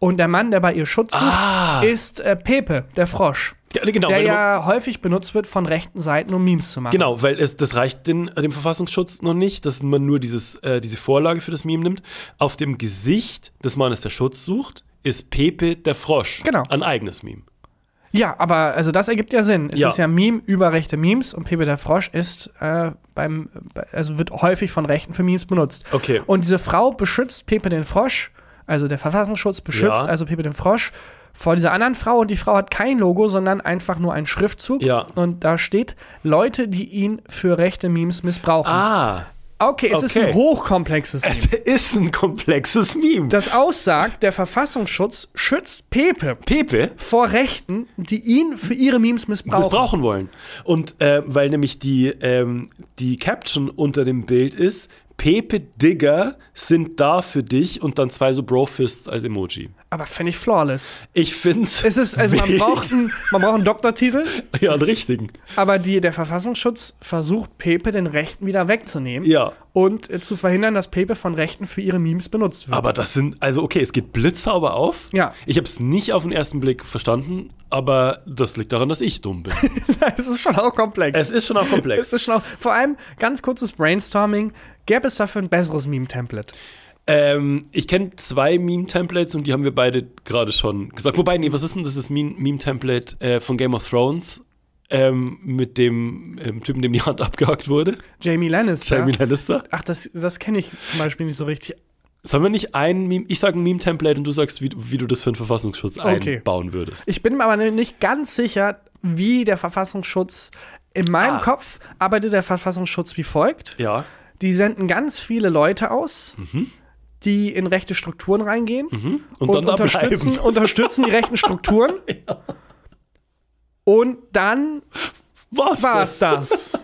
Und der Mann, der bei ihr Schutz sucht, ist äh, Pepe, der Frosch. Ah. Ja, genau, der weil- ja häufig benutzt wird von rechten Seiten, um Memes zu machen. Genau, weil es, das reicht den, äh, dem Verfassungsschutz noch nicht, dass man nur dieses, äh, diese Vorlage für das Meme nimmt. Auf dem Gesicht des Mannes, der Schutz sucht, ist Pepe der Frosch. Genau. Ein eigenes Meme. Ja, aber also das ergibt ja Sinn. Es Ja. ist ja Meme über rechte Memes und Pepe der Frosch ist äh, beim, bei- also wird häufig von Rechten für Memes benutzt. Okay. Und diese Frau beschützt Pepe den Frosch, also der Verfassungsschutz beschützt Ja. also Pepe den Frosch vor dieser anderen Frau und die Frau hat kein Logo, sondern einfach nur einen Schriftzug. Ja. Und da steht Leute, die ihn für rechte Memes missbrauchen. Ah, okay, es ist ein okay. hochkomplexes Meme. es ist ein komplexes Meme. Das aussagt, der Verfassungsschutz schützt Pepe Pepe vor Rechten, die ihn für ihre Memes missbrauchen. missbrauchen wollen. Und äh, weil nämlich die, ähm, die Caption unter dem Bild ist, Pepe Digger sind da für dich und dann zwei so Brofists als Emoji. Aber finde ich flawless. Ich find's. Es ist, also man wild. braucht, einen, man braucht einen Doktortitel, Ja, einen richtigen. aber die, der Verfassungsschutz versucht, Pepe den Rechten wieder wegzunehmen Ja. und äh, zu verhindern, dass Pepe von Rechten für ihre Memes benutzt wird. Aber das sind, also okay, es geht blitzsauber auf. Ja. Ich habe es nicht auf den ersten Blick verstanden, aber das liegt daran, dass ich dumm bin. es ist schon auch komplex. es ist schon auch Es komplex. ist schon auch, vor allem, ganz kurzes Brainstorming, gäbe es dafür ein besseres Meme-Template? ähm, ich kenne zwei Meme-Templates und die haben wir beide gerade schon gesagt. Wobei, nee, was ist denn das, das Meme- Meme-Template äh, von Game of Thrones? Ähm, mit dem ähm, Typen, dem die Hand abgehackt wurde, Jamie Lannister. Jamie Lannister. Ach, das, das kenne ich zum Beispiel nicht so richtig. Sollen wir nicht ein Meme, ich sage ein Meme-Template und du sagst, wie, du- wie du das für den Verfassungsschutz Okay. einbauen würdest? Ich bin mir aber nicht ganz sicher, wie der Verfassungsschutz in meinem Ah. Kopf arbeitet der Verfassungsschutz wie folgt. Ja. Die senden ganz viele Leute aus, die in rechte Strukturen reingehen Mhm. Und, und dann da unterstützen, bleiben. unterstützen die rechten Strukturen. Und dann Was? war's das.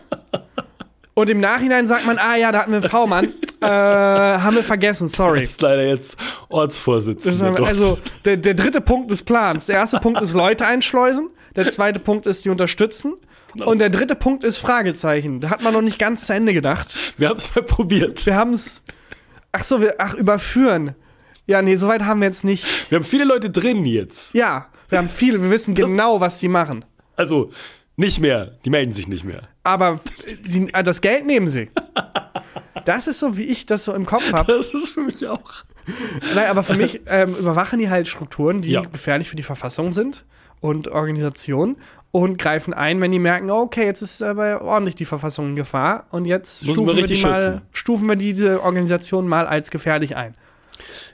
Und im Nachhinein sagt man, ah ja, da hatten wir einen V-Mann. äh, haben wir vergessen, sorry. Das ist leider jetzt Das Ortsvorsitzender. haben wir, dort. also der, der dritte Punkt des Plans. Der erste Punkt ist Leute einschleusen, der zweite Punkt ist die unterstützen Genau. und der dritte Punkt ist Fragezeichen. Da hat man noch nicht ganz zu Ende gedacht. wir haben es mal probiert. Wir haben es. Ach so, wir, ach, überführen. Ja, nee, soweit haben wir jetzt nicht. Wir haben viele Leute drin jetzt. Ja, wir haben viele, wir wissen genau, was die machen. Also nicht mehr. Die melden sich nicht mehr. Aber sie, ah, das Geld nehmen sie. Das ist so, wie ich das so im Kopf habe. Das ist für mich auch. Nein, aber für mich ähm, überwachen die halt Strukturen, die Ja. gefährlich für die Verfassung sind und Organisationen und greifen ein, wenn die merken, oh, okay, jetzt ist aber ordentlich die Verfassung in Gefahr und jetzt Müssen wir stufen wir, richtig die mal, schützen. stufen wir diese Organisation mal als gefährlich ein.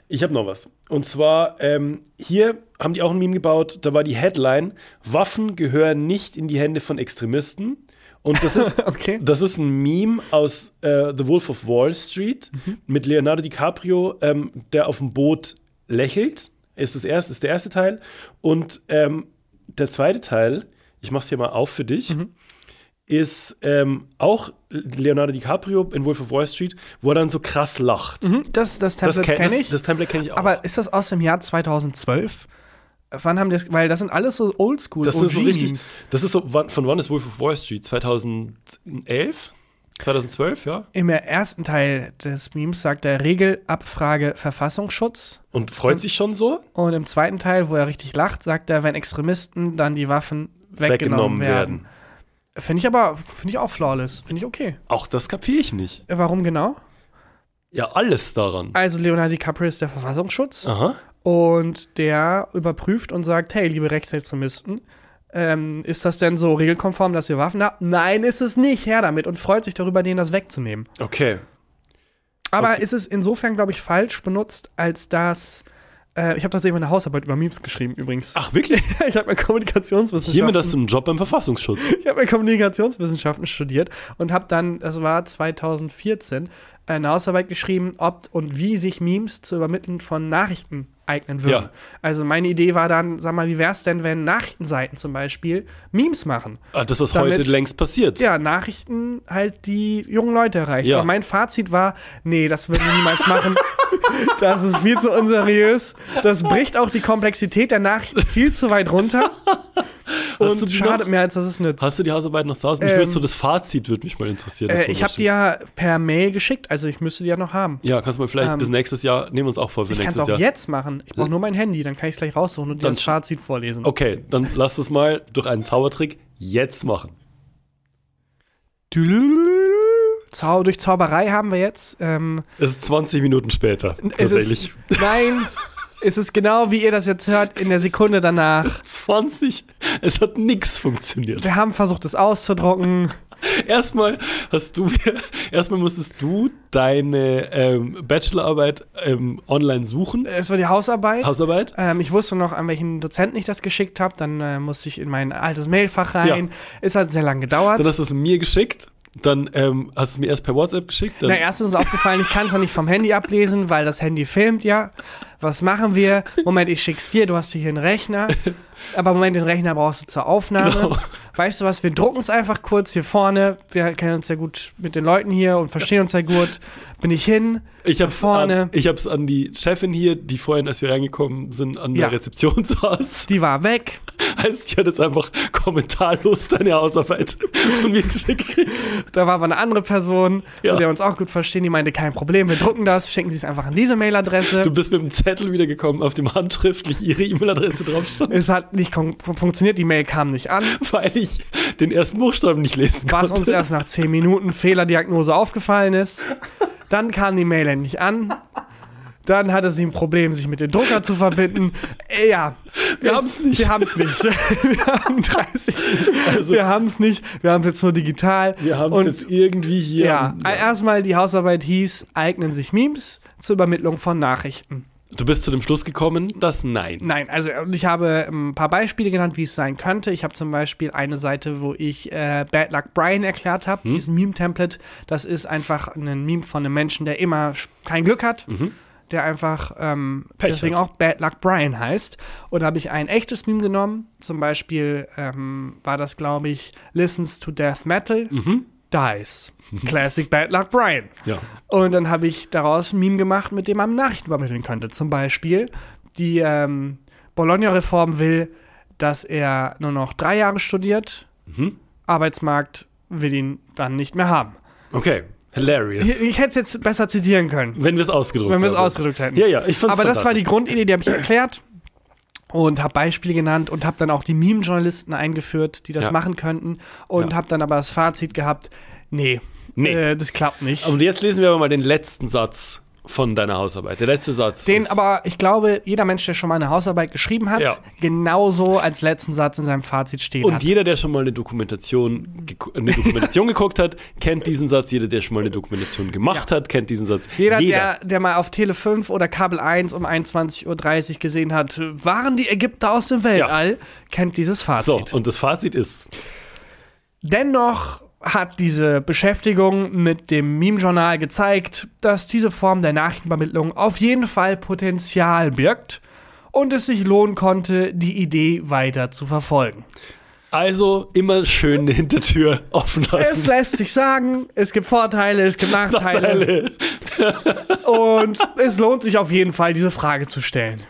Ich habe noch was. Und zwar, ähm, hier haben die auch ein Meme gebaut. Da war die Headline: Waffen gehören nicht in die Hände von Extremisten. Und das ist, Okay. das ist ein Meme aus äh, The Wolf of Wall Street mit Leonardo DiCaprio, ähm, der auf dem Boot lächelt. Ist, das erste, ist der erste Teil. Und ähm, der zweite Teil, ich mach's hier mal auf für dich, ist ähm, auch Leonardo DiCaprio in Wolf of Wall Street, wo er dann so krass lacht. Hm, Das, das Template kenn- kenne ich. Das, das Template kenne ich auch. aber ist das aus dem Jahr 2012? Wann haben die das, weil das sind alles so Oldschool das ist so richtig. OG-Memes. Das ist so, wann, von wann ist Wolf of Wall Street? 2011? 2012, ja. Im ersten Teil des Memes sagt er Regelabfrage Verfassungsschutz. Und freut sich schon so? Und im zweiten Teil, wo er richtig lacht, sagt er, wenn Extremisten dann die Waffen weggenommen, werden. Finde ich aber, finde ich auch flawless. Finde ich okay. Auch das kapiere ich nicht. Äh, Warum genau? Ja, alles daran. Also Leonardo DiCaprio ist der Verfassungsschutz Aha. und der überprüft und sagt, hey, liebe Rechtsextremisten, ähm, ist das denn so regelkonform, dass ihr Waffen habt? Nein, ist es nicht. Her damit und freut sich darüber, denen das wegzunehmen. Okay. Aber Okay. ist es insofern, glaube ich, falsch benutzt, als dass äh, ich habe tatsächlich meine Hausarbeit über Memes geschrieben übrigens. Ach, wirklich? Ich habe mal Kommunikationswissenschaften. Hiermit hast du einen Job beim Verfassungsschutz. Ich habe ja Kommunikationswissenschaften studiert und habe dann, das war 2014, eine Hausarbeit geschrieben, ob und wie sich Memes zur Übermittlung von Nachrichten eignen würden. Ja. Also meine Idee war dann, sag mal, wie wäre es denn, wenn Nachrichtenseiten zum Beispiel Memes machen? Ah, Das, was Damit- heute längst passiert. Ja, Nachrichten halt die jungen Leute erreichen. Ja. Und mein Fazit war, nee, das würden wir niemals machen. Das ist viel zu unseriös. Das bricht auch die Komplexität der Nachrichten viel zu weit runter. Hast du Und die schadet noch? mehr, als dass es nützt. Hast du die Hausarbeit noch zu Hause? Mich Ähm, würdest so das Fazit würde mich mal interessieren. das Äh, ich habe Wunderschön. die ja per Mail geschickt, also ich müsste die ja noch haben. Ja, kannst du mal vielleicht Ähm, bis nächstes Jahr, nehmen wir uns auch vor für Ich kann es nächstes auch Jahr. jetzt machen. Ich brauche nur mein Handy, dann kann ich es gleich raussuchen und dir Hm? Dann das sch- Fazit vorlesen. Okay, dann lass es mal durch einen Zaubertrick jetzt machen. Zau durch Zauberei haben wir jetzt. Ähm, Es ist 20 Minuten später. es Tatsächlich. ist, nein, es ist genau wie ihr das jetzt hört, in der Sekunde danach. 20. Es hat nichts funktioniert. Wir haben versucht, es auszudrucken. Erstmal hast du mir, erstmal musstest du deine ähm, Bachelorarbeit ähm, online suchen. Es war die Hausarbeit. Hausarbeit? Ähm, ich wusste noch, an welchen Dozenten ich das geschickt habe. Dann äh, musste ich in mein altes Mailfach rein. Ja. Es hat sehr lange gedauert. Dann hast du es mir geschickt. Dann ähm, hast du es mir erst per WhatsApp geschickt. Dann Na, erstens ist aufgefallen, ich kann es ja nicht vom Handy ablesen, weil das Handy filmt ja. Was machen wir? Moment, ich schick's dir, du hast hier einen Rechner. Aber Moment, den Rechner brauchst du zur Aufnahme. Genau. Weißt du was, wir drucken es einfach kurz hier vorne. Wir kennen uns ja gut mit den Leuten hier und verstehen uns ja gut. Bin ich hin? Ich hab's, Vorne. An, ich hab's an die Chefin hier, die vorhin, als wir reingekommen sind, an Ja. der Rezeption saß. Die war weg. Heißt, ich hat jetzt einfach kommentarlos deine Hausarbeit von mir geschickt gekriegt. Da war aber eine andere Person, Ja. mit der wir uns auch gut verstehen. Die meinte, kein Problem, wir drucken das, schicken sie es einfach an diese Mailadresse. Du bist mit dem Zettel wiedergekommen, auf dem handschriftlich ihre E-Mail-Adresse drauf stand, es hat nicht kon- funktioniert, die Mail kam nicht an. weil ich den ersten Buchstaben nicht lesen was uns konnte. erst nach 10 Minuten Fehlerdiagnose aufgefallen ist. Dann kam die Mail endlich an. Dann hatte sie ein Problem, sich mit dem Drucker zu verbinden. Äh, ja, Wir es- haben's nicht. Also- Wir haben es nicht. wir haben 30. wir haben es nicht. Wir haben es jetzt nur digital. wir haben Und es jetzt irgendwie hier. ja, erstmal die Hausarbeit hieß, eignen sich Memes zur Übermittlung von Nachrichten. Du bist zu dem Schluss gekommen, dass nein. Nein, also äh, ich habe ähm, ein paar Beispiele genannt, wie es sein könnte. Ich habe zum Beispiel eine Seite, wo ich äh, Bad Luck Brian erklärt habe, Mhm. dieses Meme-Template. Das ist einfach ein Meme von einem Menschen, der immer sch- kein Glück hat. Der einfach ähm, Mhm. Pech deswegen hat. auch Bad Luck Brian heißt. Und da habe ich ein echtes Meme genommen. Zum Beispiel ähm, war das, glaube ich, Listens to Death Mhm. Metal, Dies. Classic Bad Luck Brian. Ja. Und dann habe ich daraus ein Meme gemacht, mit dem man Nachrichten übermitteln könnte. Zum Beispiel, die ähm, Bologna-Reform will, dass er nur noch drei Jahre studiert. Arbeitsmarkt will ihn dann nicht mehr haben. Okay. Hilarious. Ich, ich hätte es jetzt besser zitieren können, Wenn wir es ausgedruckt wenn wir es haben. ausgedrückt hätten. Ja, ja, ich fand's Aber das war die fantastisch. Grundidee, die habe ich erklärt und habe Beispiele genannt und habe dann auch die Meme-Journalisten eingeführt, die das Ja. machen könnten und Ja. habe dann aber das Fazit gehabt, nee, Nee. Äh, das klappt nicht. Und jetzt lesen wir aber mal den letzten Satz von deiner Hausarbeit. Der letzte Satz. Den ist- aber, ich glaube, jeder Mensch, der schon mal eine Hausarbeit geschrieben hat, Ja. genauso als letzten Satz in seinem Fazit stehen Und hat. jeder, der schon mal eine Dokumentation, geku- eine Dokumentation geguckt hat, kennt diesen Satz. Jeder, der schon mal eine Dokumentation gemacht hat, kennt diesen Satz. Jeder, Der, der mal auf Tele 5 oder Kabel 1 um 21.30 Uhr gesehen hat, waren die Ägypter aus dem Weltall, kennt dieses so, Fazit. und das Fazit ist, Dennoch hat diese Beschäftigung mit dem Meme-Journal gezeigt, dass diese Form der Nachrichtenübermittlung auf jeden Fall Potenzial birgt und es sich lohnen konnte, die Idee weiter zu verfolgen. also immer schön eine Hintertür offen Es lassen. lässt sich sagen, es gibt Vorteile, es gibt Nachteile Teile. und es lohnt sich auf jeden Fall, diese Frage zu stellen.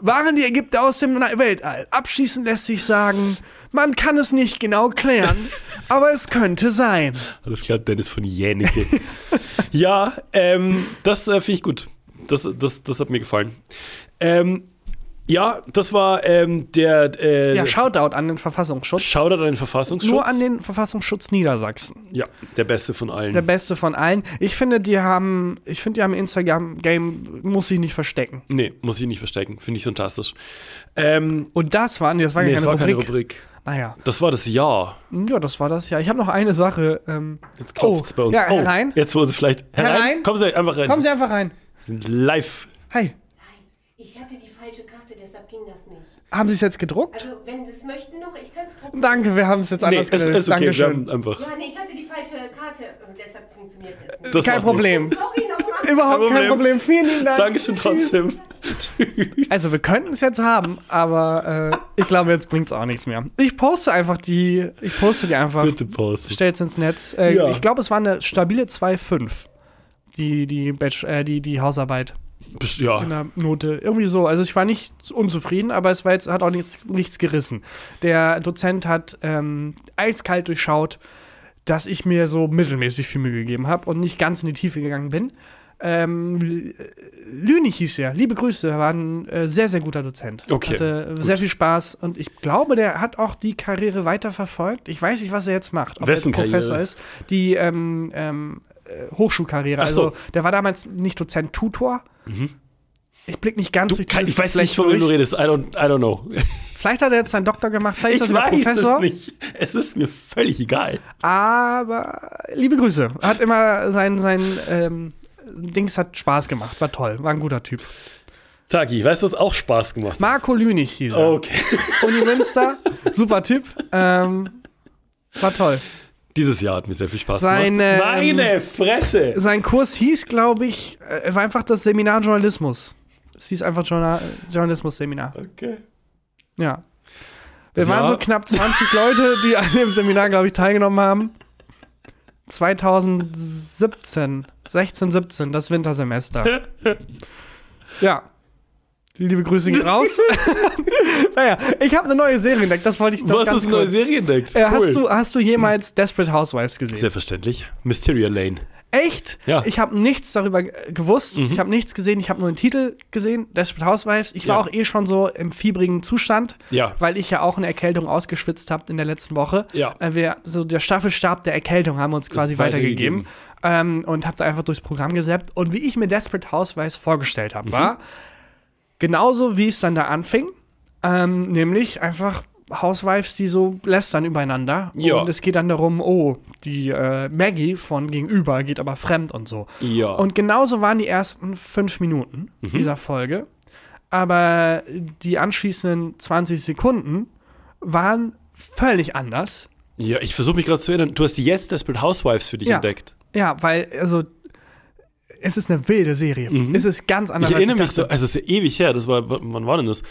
Waren die Ägypter aus dem Na- Weltall? Abschließend lässt sich sagen, Man kann es nicht genau klären, aber es könnte sein. Alles klar, Dennis von Jänicke. ja, ähm, das äh, finde ich gut. Das, das, das hat mir gefallen. Ähm, ja, das war ähm, der. Äh, Ja, Shoutout an den Verfassungsschutz. Shoutout an den Verfassungsschutz. Nur an den Verfassungsschutz Niedersachsen. ja, der beste von allen. Der beste von allen. Ich finde, die haben, ich finde, die haben Instagram-Game, muss sich nicht verstecken. nee, muss ich nicht verstecken. Finde ich fantastisch. Ähm, Und das war, nee, das war, nee, keine, es war Rubrik. keine Rubrik. Naja, Das war das Jahr. ja, das war das ja. Ich habe noch eine Sache. Ähm, Jetzt klopft es bei uns. Ja, oh, herein. Jetzt wurde es vielleicht. Herein. Kommen Sie einfach rein. Kommen Sie einfach rein. sind live. Hi, Nein, ich hatte die falsche Karte, deshalb ging das nicht. haben Sie es jetzt gedruckt? Also, wenn Sie es möchten noch, ich kann es gucken. Danke, wir haben es jetzt Nee, anders es ist, okay. Wir Dankeschön. haben einfach. Ja, nee, ich hatte die falsche Karte und deshalb funktioniert es nicht. Das Kein macht Problem. Sorry nochmal. Überhaupt kein Kein Problem. Problem. Vielen lieben Dank. nichts. Dankeschön Tschüss. trotzdem. Tschüss. Also wir könnten es jetzt haben, aber äh, ich glaube, jetzt bringt es auch nichts mehr. Ich poste einfach die, ich poste die einfach, Bitte posten. stell's ins Netz. Äh, Ja. Ich glaube, es war eine stabile 2,5, die, die, Batch, äh, die, die Hausarbeit Bist- Ja, in der Note. Irgendwie so. Also ich war nicht unzufrieden, aber es war jetzt, hat auch nichts, nichts gerissen. Der Dozent hat ähm, eiskalt durchschaut, dass ich mir so mittelmäßig viel Mühe gegeben habe und nicht ganz in die Tiefe gegangen bin. Ähm, L- Lünig hieß er. Liebe Grüße, er war ein äh, sehr, sehr guter Dozent. Okay, Hatte äh, sehr viel Spaß und ich glaube, der hat auch die Karriere weiterverfolgt. Ich weiß nicht, was er jetzt macht. Ob er jetzt Wessen Karriere? Professor ist. Die ähm, ähm, äh, Hochschulkarriere. Ach so. Also, der war damals nicht Dozent, Tutor. Ich blick nicht ganz du, durch kann, dieses ich weiß Blech nicht, von wem du durch. redest. I don't, I don't know. Vielleicht hat er jetzt seinen Doktor gemacht, vielleicht Ich ist er sogar weiß es Professor. nicht. Es ist mir völlig egal. Aber liebe Grüße. Hat immer sein, sein ähm, Dings hat Spaß gemacht. War toll. War ein guter Typ. Taki, weißt du, was auch Spaß gemacht hat? Marco Lünig hieß er. Okay. Uni Münster. Super Typ. Ähm, war toll. Dieses Jahr hat mir sehr viel Spaß Sein, ähm, gemacht. Meine Fresse! Sein Kurs hieß, glaube ich, äh, war einfach das Seminar Journalismus. Es hieß einfach Journal Journalismus-Seminar. Okay. Ja. Wir Ja. waren so knapp 20 Leute, die an dem Seminar, glaube ich, teilgenommen haben. 2017, 16, 17, das Wintersemester. Ja. Liebe Grüße gehen raus. naja, ich habe eine neue Serie entdeckt, das wollte ich noch Du hast ganz das neue kurz. Serie entdeckt. Äh, hast, du, hast du jemals Desperate Housewives gesehen? Selbstverständlich. Mysteria Lane. Echt? Ja. Mhm. Ich habe nichts darüber äh, gewusst. Ich habe nichts gesehen. Ich habe nur den Titel gesehen, Desperate Housewives. Ich war Ja. auch eh schon so im fiebrigen Zustand, Ja. weil ich ja auch eine Erkältung ausgeschwitzt habe in der letzten Woche. Ja. Äh, wir, so der Staffelstab der Erkältung haben wir uns quasi weitergegeben. weitergegeben. Ähm, und habe da einfach durchs Programm gesäppt. Und wie ich mir Desperate Housewives vorgestellt Mhm. habe, war genauso, wie es dann da anfing. Ähm, nämlich einfach Housewives, die so lästern übereinander. Ja. Und es geht dann darum, oh, die äh, Maggie von gegenüber geht aber fremd und so. Ja. Mhm. Und genauso waren die ersten fünf Minuten dieser Folge. Aber die anschließenden 20 Sekunden waren völlig anders. ja, ich versuche mich gerade zu erinnern. Du hast jetzt Desperate Housewives für dich Ja. entdeckt. Ja, weil, also, es ist eine wilde Serie. Es ist ganz anders Mhm. Ich erinnere mich so, dachte. also es ist ja ewig her, das war, wann war denn das?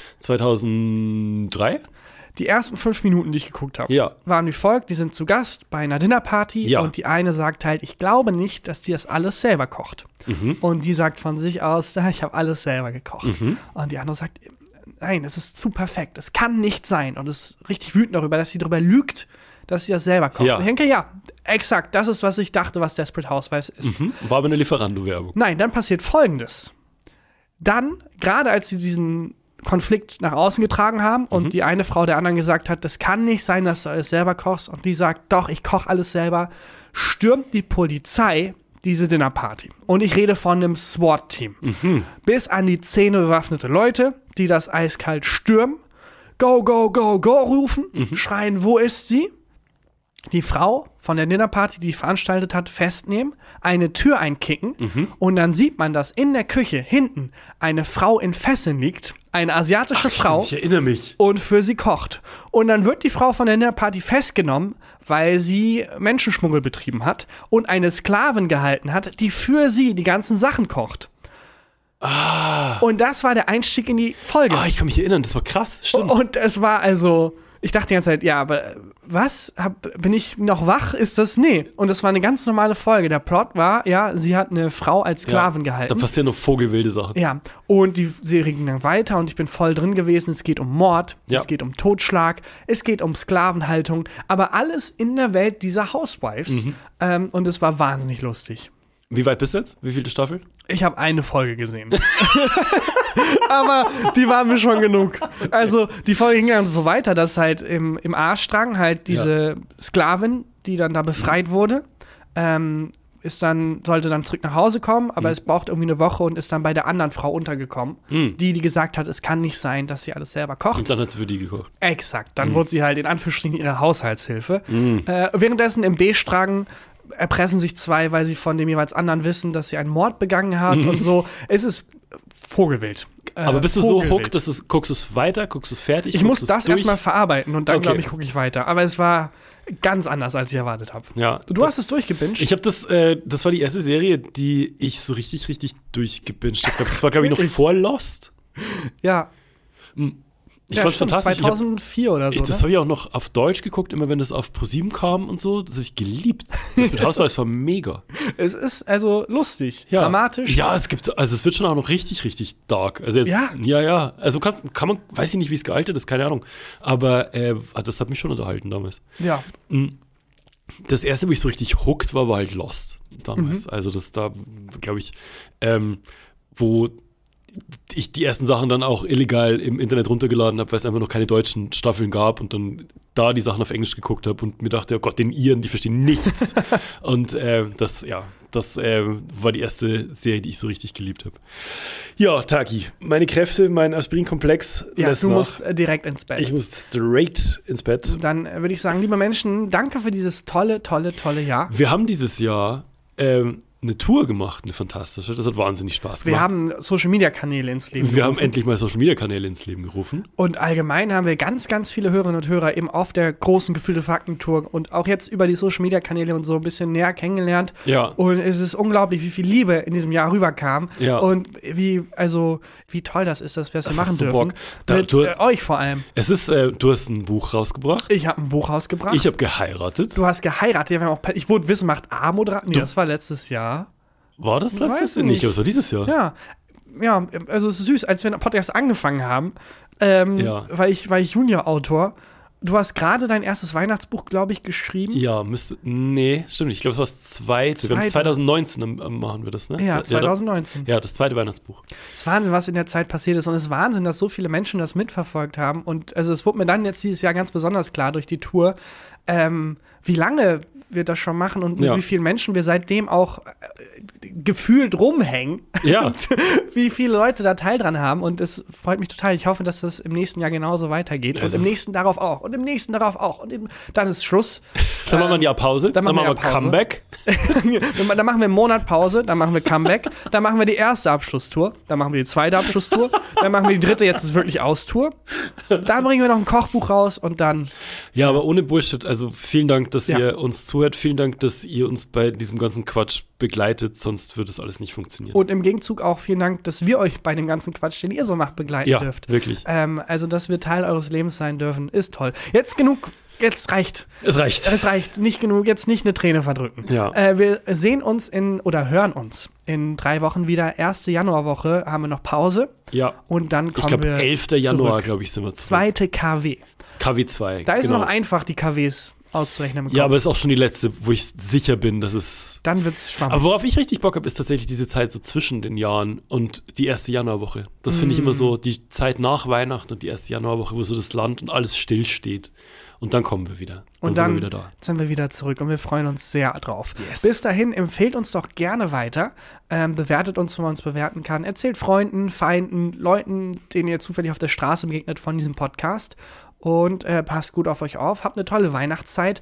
2003? Die ersten fünf Minuten, die ich geguckt habe, Ja. waren wie folgt: Die sind zu Gast bei einer Dinnerparty Ja. und die eine sagt halt, ich glaube nicht, dass die das alles selber kocht. Mhm. Und die sagt von sich aus, "Ja, ich habe alles selber gekocht. Und die andere sagt, nein, es ist zu perfekt, es kann nicht sein. Und ist richtig wütend darüber, dass sie darüber lügt, dass sie das selber kocht. Ja. Und ich denke, ja, exakt, das ist, was ich dachte, was Desperate Housewives ist. Hm? War aber eine Lieferando-Werbung. Nein, dann passiert Folgendes. Dann, gerade als sie diesen Konflikt nach außen getragen haben und die eine Frau der anderen gesagt hat, das kann nicht sein, dass du alles selber kochst und die sagt, doch, ich koche alles selber, stürmt die Polizei diese Dinnerparty. Und ich rede von einem SWAT-Team. Bis an die Zähne bewaffnete Leute, die das eiskalt stürmen, go, go, go, go rufen, schreien, wo ist sie? die Frau von der Dinnerparty, die die veranstaltet hat, festnehmen, eine Tür einkicken und dann sieht man, dass in der Küche hinten eine Frau in Fesseln liegt, eine asiatische Frau Ich erinnere mich. und für sie kocht. Und dann wird die Frau von der Dinnerparty festgenommen, weil sie Menschenschmuggel betrieben hat und eine Sklavin gehalten hat, die für sie die ganzen Sachen kocht. Und das war der Einstieg in die Folge. Ah, ich kann mich erinnern, das war krass. Stimmt. Und es war also Ich dachte die ganze Zeit, ja, aber was? Hab, bin ich noch wach? Ist das? Nee. Und das war eine ganz normale Folge. Der Plot war, ja, sie hat eine Frau als Sklavin ja, Da gehalten. passieren noch vogelwilde Sachen. Ja, und die Serie ging dann weiter und ich bin voll drin gewesen. Es geht um Mord, Ja. es geht um Totschlag, es geht um Sklavenhaltung, aber alles in der Welt dieser Housewives. Mhm. Ähm, und es war wahnsinnig lustig. Wie weit bist du jetzt? Wie viele Staffel? Ich habe eine Folge gesehen. Aber die war mir schon genug. Also, die Folge ging dann so weiter, dass halt im, im A-Strang halt diese Sklavin, die dann da befreit wurde, ähm, ist dann, sollte dann zurück nach Hause kommen, aber es braucht irgendwie eine Woche und ist dann bei der anderen Frau untergekommen, die, die gesagt hat, es kann nicht sein, dass sie alles selber kocht. Und dann hat sie für die gekocht. Exakt. Mhm. Dann wurde sie halt in Anführungsstrichen ihre Haushaltshilfe. Äh, währenddessen im B-Strang erpressen sich zwei, weil sie von dem jeweils anderen wissen, dass sie einen Mord begangen haben und so. Es ist Vogelwild. Äh, Mhm. Aber bist du so Vogelwild. hooked, dass es, guckst du es weiter, guckst du es fertig? Ich muss guckst du es das durch? erstmal verarbeiten und dann, Okay. glaube ich, gucke ich weiter. Aber es war ganz anders, als ich erwartet habe. Ja. Du hast es durchgebinged. Ich habe das, äh, das war die erste Serie, die ich so richtig, richtig durchgebinged habe. Das war, glaube ich, noch Wirklich? vor Lost. ja. Ich ja, fand's stimmt, fantastisch. Ich hab- 2004 oder so. Ich- Das ne? habe ich auch noch auf Deutsch geguckt, immer wenn das auf ProSieben kam und so. Das habe ich geliebt. Das mit Hausbau, das war mega. Es ist also lustig, Ja. dramatisch. Ja, es gibt, also es wird schon auch noch richtig, richtig dark. Also jetzt, Ja. ja, ja. Also kann, kann man, weiß ich nicht, wie es gealtert ist, keine Ahnung. Aber äh, das hat mich schon unterhalten damals. ja. Das erste, wo ich so richtig hooked war, war halt Lost damals. Mhm. Also das da, glaube ich, ähm, wo ich die ersten Sachen dann auch illegal im Internet runtergeladen habe, weil es einfach noch keine deutschen Staffeln gab und dann da die Sachen auf Englisch geguckt habe und mir dachte, oh Gott, den Iren, die verstehen nichts. und äh, das, ja, das äh, war die erste Serie, die ich so richtig geliebt habe. Ja, Taki, meine Kräfte, mein Aspirinkomplex ja lässt du nach. musst äh, direkt ins Bett. ich muss straight ins Bett. Dann äh, würde ich sagen, liebe Menschen, danke für dieses tolle, tolle, tolle Jahr. Wir haben dieses Jahr ähm, eine Tour gemacht, eine fantastische. Das hat wahnsinnig Spaß Wir gemacht. haben Social Media Kanäle ins Leben wir haben gerufen. endlich mal Social Media Kanäle ins Leben gerufen. und allgemein haben wir ganz, ganz viele Hörerinnen und Hörer eben auf der großen Gefühlte Fakten-Tour und auch jetzt über die Social Media Kanäle und so ein bisschen näher kennengelernt. Ja. Und es ist unglaublich, wie viel Liebe in diesem Jahr rüberkam. Ja. Und wie, also, wie toll das ist, dass wir das hier Das machen macht so dürfen. Bock. Da- Mit du- äh, euch vor allem. Es ist, äh, du hast ein Buch rausgebracht. Ich habe ein Buch rausgebracht. Ich habe geheiratet. du hast geheiratet. Wir haben auch, ich wurde Wissen macht Armut. ra- Nee, das war letztes Jahr. War Weiß das letztes Jahr? Nicht, nicht. aber es war dieses Jahr. Ja, ja, also es ist süß, als wir den Podcast angefangen haben, ähm, Ja. war ich, war ich Junior-Autor. Du hast gerade dein erstes Weihnachtsbuch, glaube ich, geschrieben. Ja, müsste. Nee, stimmt. nicht. Ich glaube, es war das zweite. Wir haben Zweite. 2019 am- am machen wir das, ne? Ja, da- 2019. Ja, das zweite Weihnachtsbuch. Es ist Wahnsinn, was in der Zeit passiert ist. Und es ist Wahnsinn, dass so viele Menschen das mitverfolgt haben. Und also es wurde mir dann jetzt dieses Jahr ganz besonders klar durch die Tour, ähm, wie lange wir das schon machen und mit Ja. wie vielen Menschen wir seitdem auch äh, gefühlt rumhängen. Ja. wie viele Leute da Teil dran haben und es freut mich total. Ich hoffe, dass das im nächsten Jahr genauso weitergeht Es und im ist- nächsten darauf auch und im nächsten darauf auch und im, dann ist Schluss. Dann machen wir ein Jahr Pause. äh, dann machen wir wir Jahr Pause. Comeback. Wenn man- dann machen wir einen Monat Pause, dann machen wir Comeback, dann machen wir die erste Abschlusstour, dann machen wir die zweite Abschlusstour, dann machen wir die dritte, jetzt ist wirklich Austour. Dann bringen wir noch ein Kochbuch raus und dann Ja, aber ohne Bullshit. Also vielen Dank, dass Ja. ihr uns zuhört. Vielen Dank, dass ihr uns bei diesem ganzen Quatsch begleitet. Sonst würde das alles nicht funktionieren. und im Gegenzug auch vielen Dank, dass wir euch bei dem ganzen Quatsch, den ihr so macht, begleiten Ja, dürft. wirklich. Ähm, also, dass wir Teil eures Lebens sein dürfen, ist toll. Jetzt genug, jetzt reicht. Es reicht. Es reicht nicht genug, jetzt nicht eine Träne verdrücken. Ja. Äh, wir sehen uns in oder hören uns in drei Wochen wieder. Erste Januarwoche haben wir noch Pause ja. und dann kommen Ich glaube, wir. 11. Januar, zurück. glaube ich, sind ne? wir zurück. Zweite KW. KW2. Da ist genau. noch einfach, die KWs auszurechnen. Im Kopf. Ja, aber es ist auch schon die letzte, wo ich sicher bin, dass es. dann wird's schwammig. Aber worauf ich richtig Bock habe, ist tatsächlich diese Zeit so zwischen den Jahren und die erste Januarwoche. Das finde ich Mm. immer so, die Zeit nach Weihnachten und die erste Januarwoche, wo so das Land und alles stillsteht. Und dann kommen wir wieder. und dann sind wir wieder da. sind wir wieder zurück und wir freuen uns sehr drauf. Bis dahin empfehlt uns doch gerne weiter. Ähm, bewertet uns, wo man uns bewerten kann. Erzählt Freunden, Feinden, Leuten, denen ihr zufällig auf der Straße begegnet von diesem Podcast. Und äh, passt gut auf euch auf. Habt eine tolle Weihnachtszeit,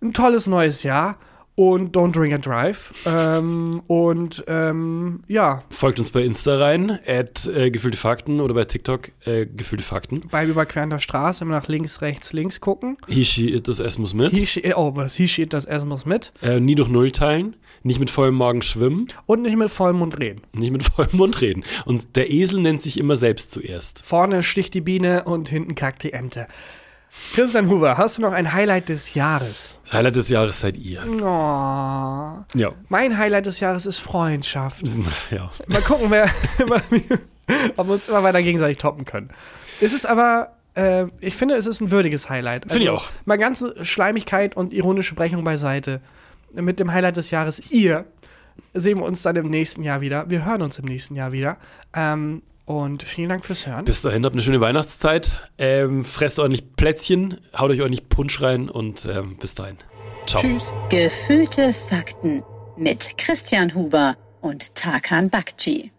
ein tolles neues Jahr und don't drink and drive. Ähm, und ähm, ja, Folgt uns bei Insta rein, at äh, gefühlte Fakten oder bei TikTok äh, gefühlte Fakten. beim Überqueren der Straße immer nach links, rechts, links gucken. Hishi, das S muss mit. He, she, oh, das He steht das Essen muss mit. Äh, nie durch Null teilen, nicht mit vollem Magen schwimmen, Und nicht mit vollem Mund reden. nicht mit vollem Mund reden. Und der Esel nennt sich immer selbst zuerst. Vorne sticht die Biene und hinten kackt die Ente. Christian Huber, hast du noch ein Highlight des Jahres? Das Highlight des Jahres seid ihr. Oh. Ja. Mein Highlight des Jahres ist Freundschaft. ja. Mal gucken, wer, ob wir uns immer weiter gegenseitig toppen können. Es ist aber, äh, ich finde, es ist ein würdiges Highlight. Also Finde ich auch. Mal ganze Schleimigkeit und ironische Brechung beiseite. Mit dem Highlight des Jahres, ihr, sehen wir uns dann im nächsten Jahr wieder. Wir hören uns im nächsten Jahr wieder. Ähm, und vielen Dank fürs Hören. Bis dahin, habt eine schöne Weihnachtszeit. Ähm, fresst ordentlich Plätzchen, haut euch ordentlich Punsch rein und ähm, bis dahin. Ciao. Tschüss. Gefühlte Fakten mit Christian Huber und Tarkan Bakci.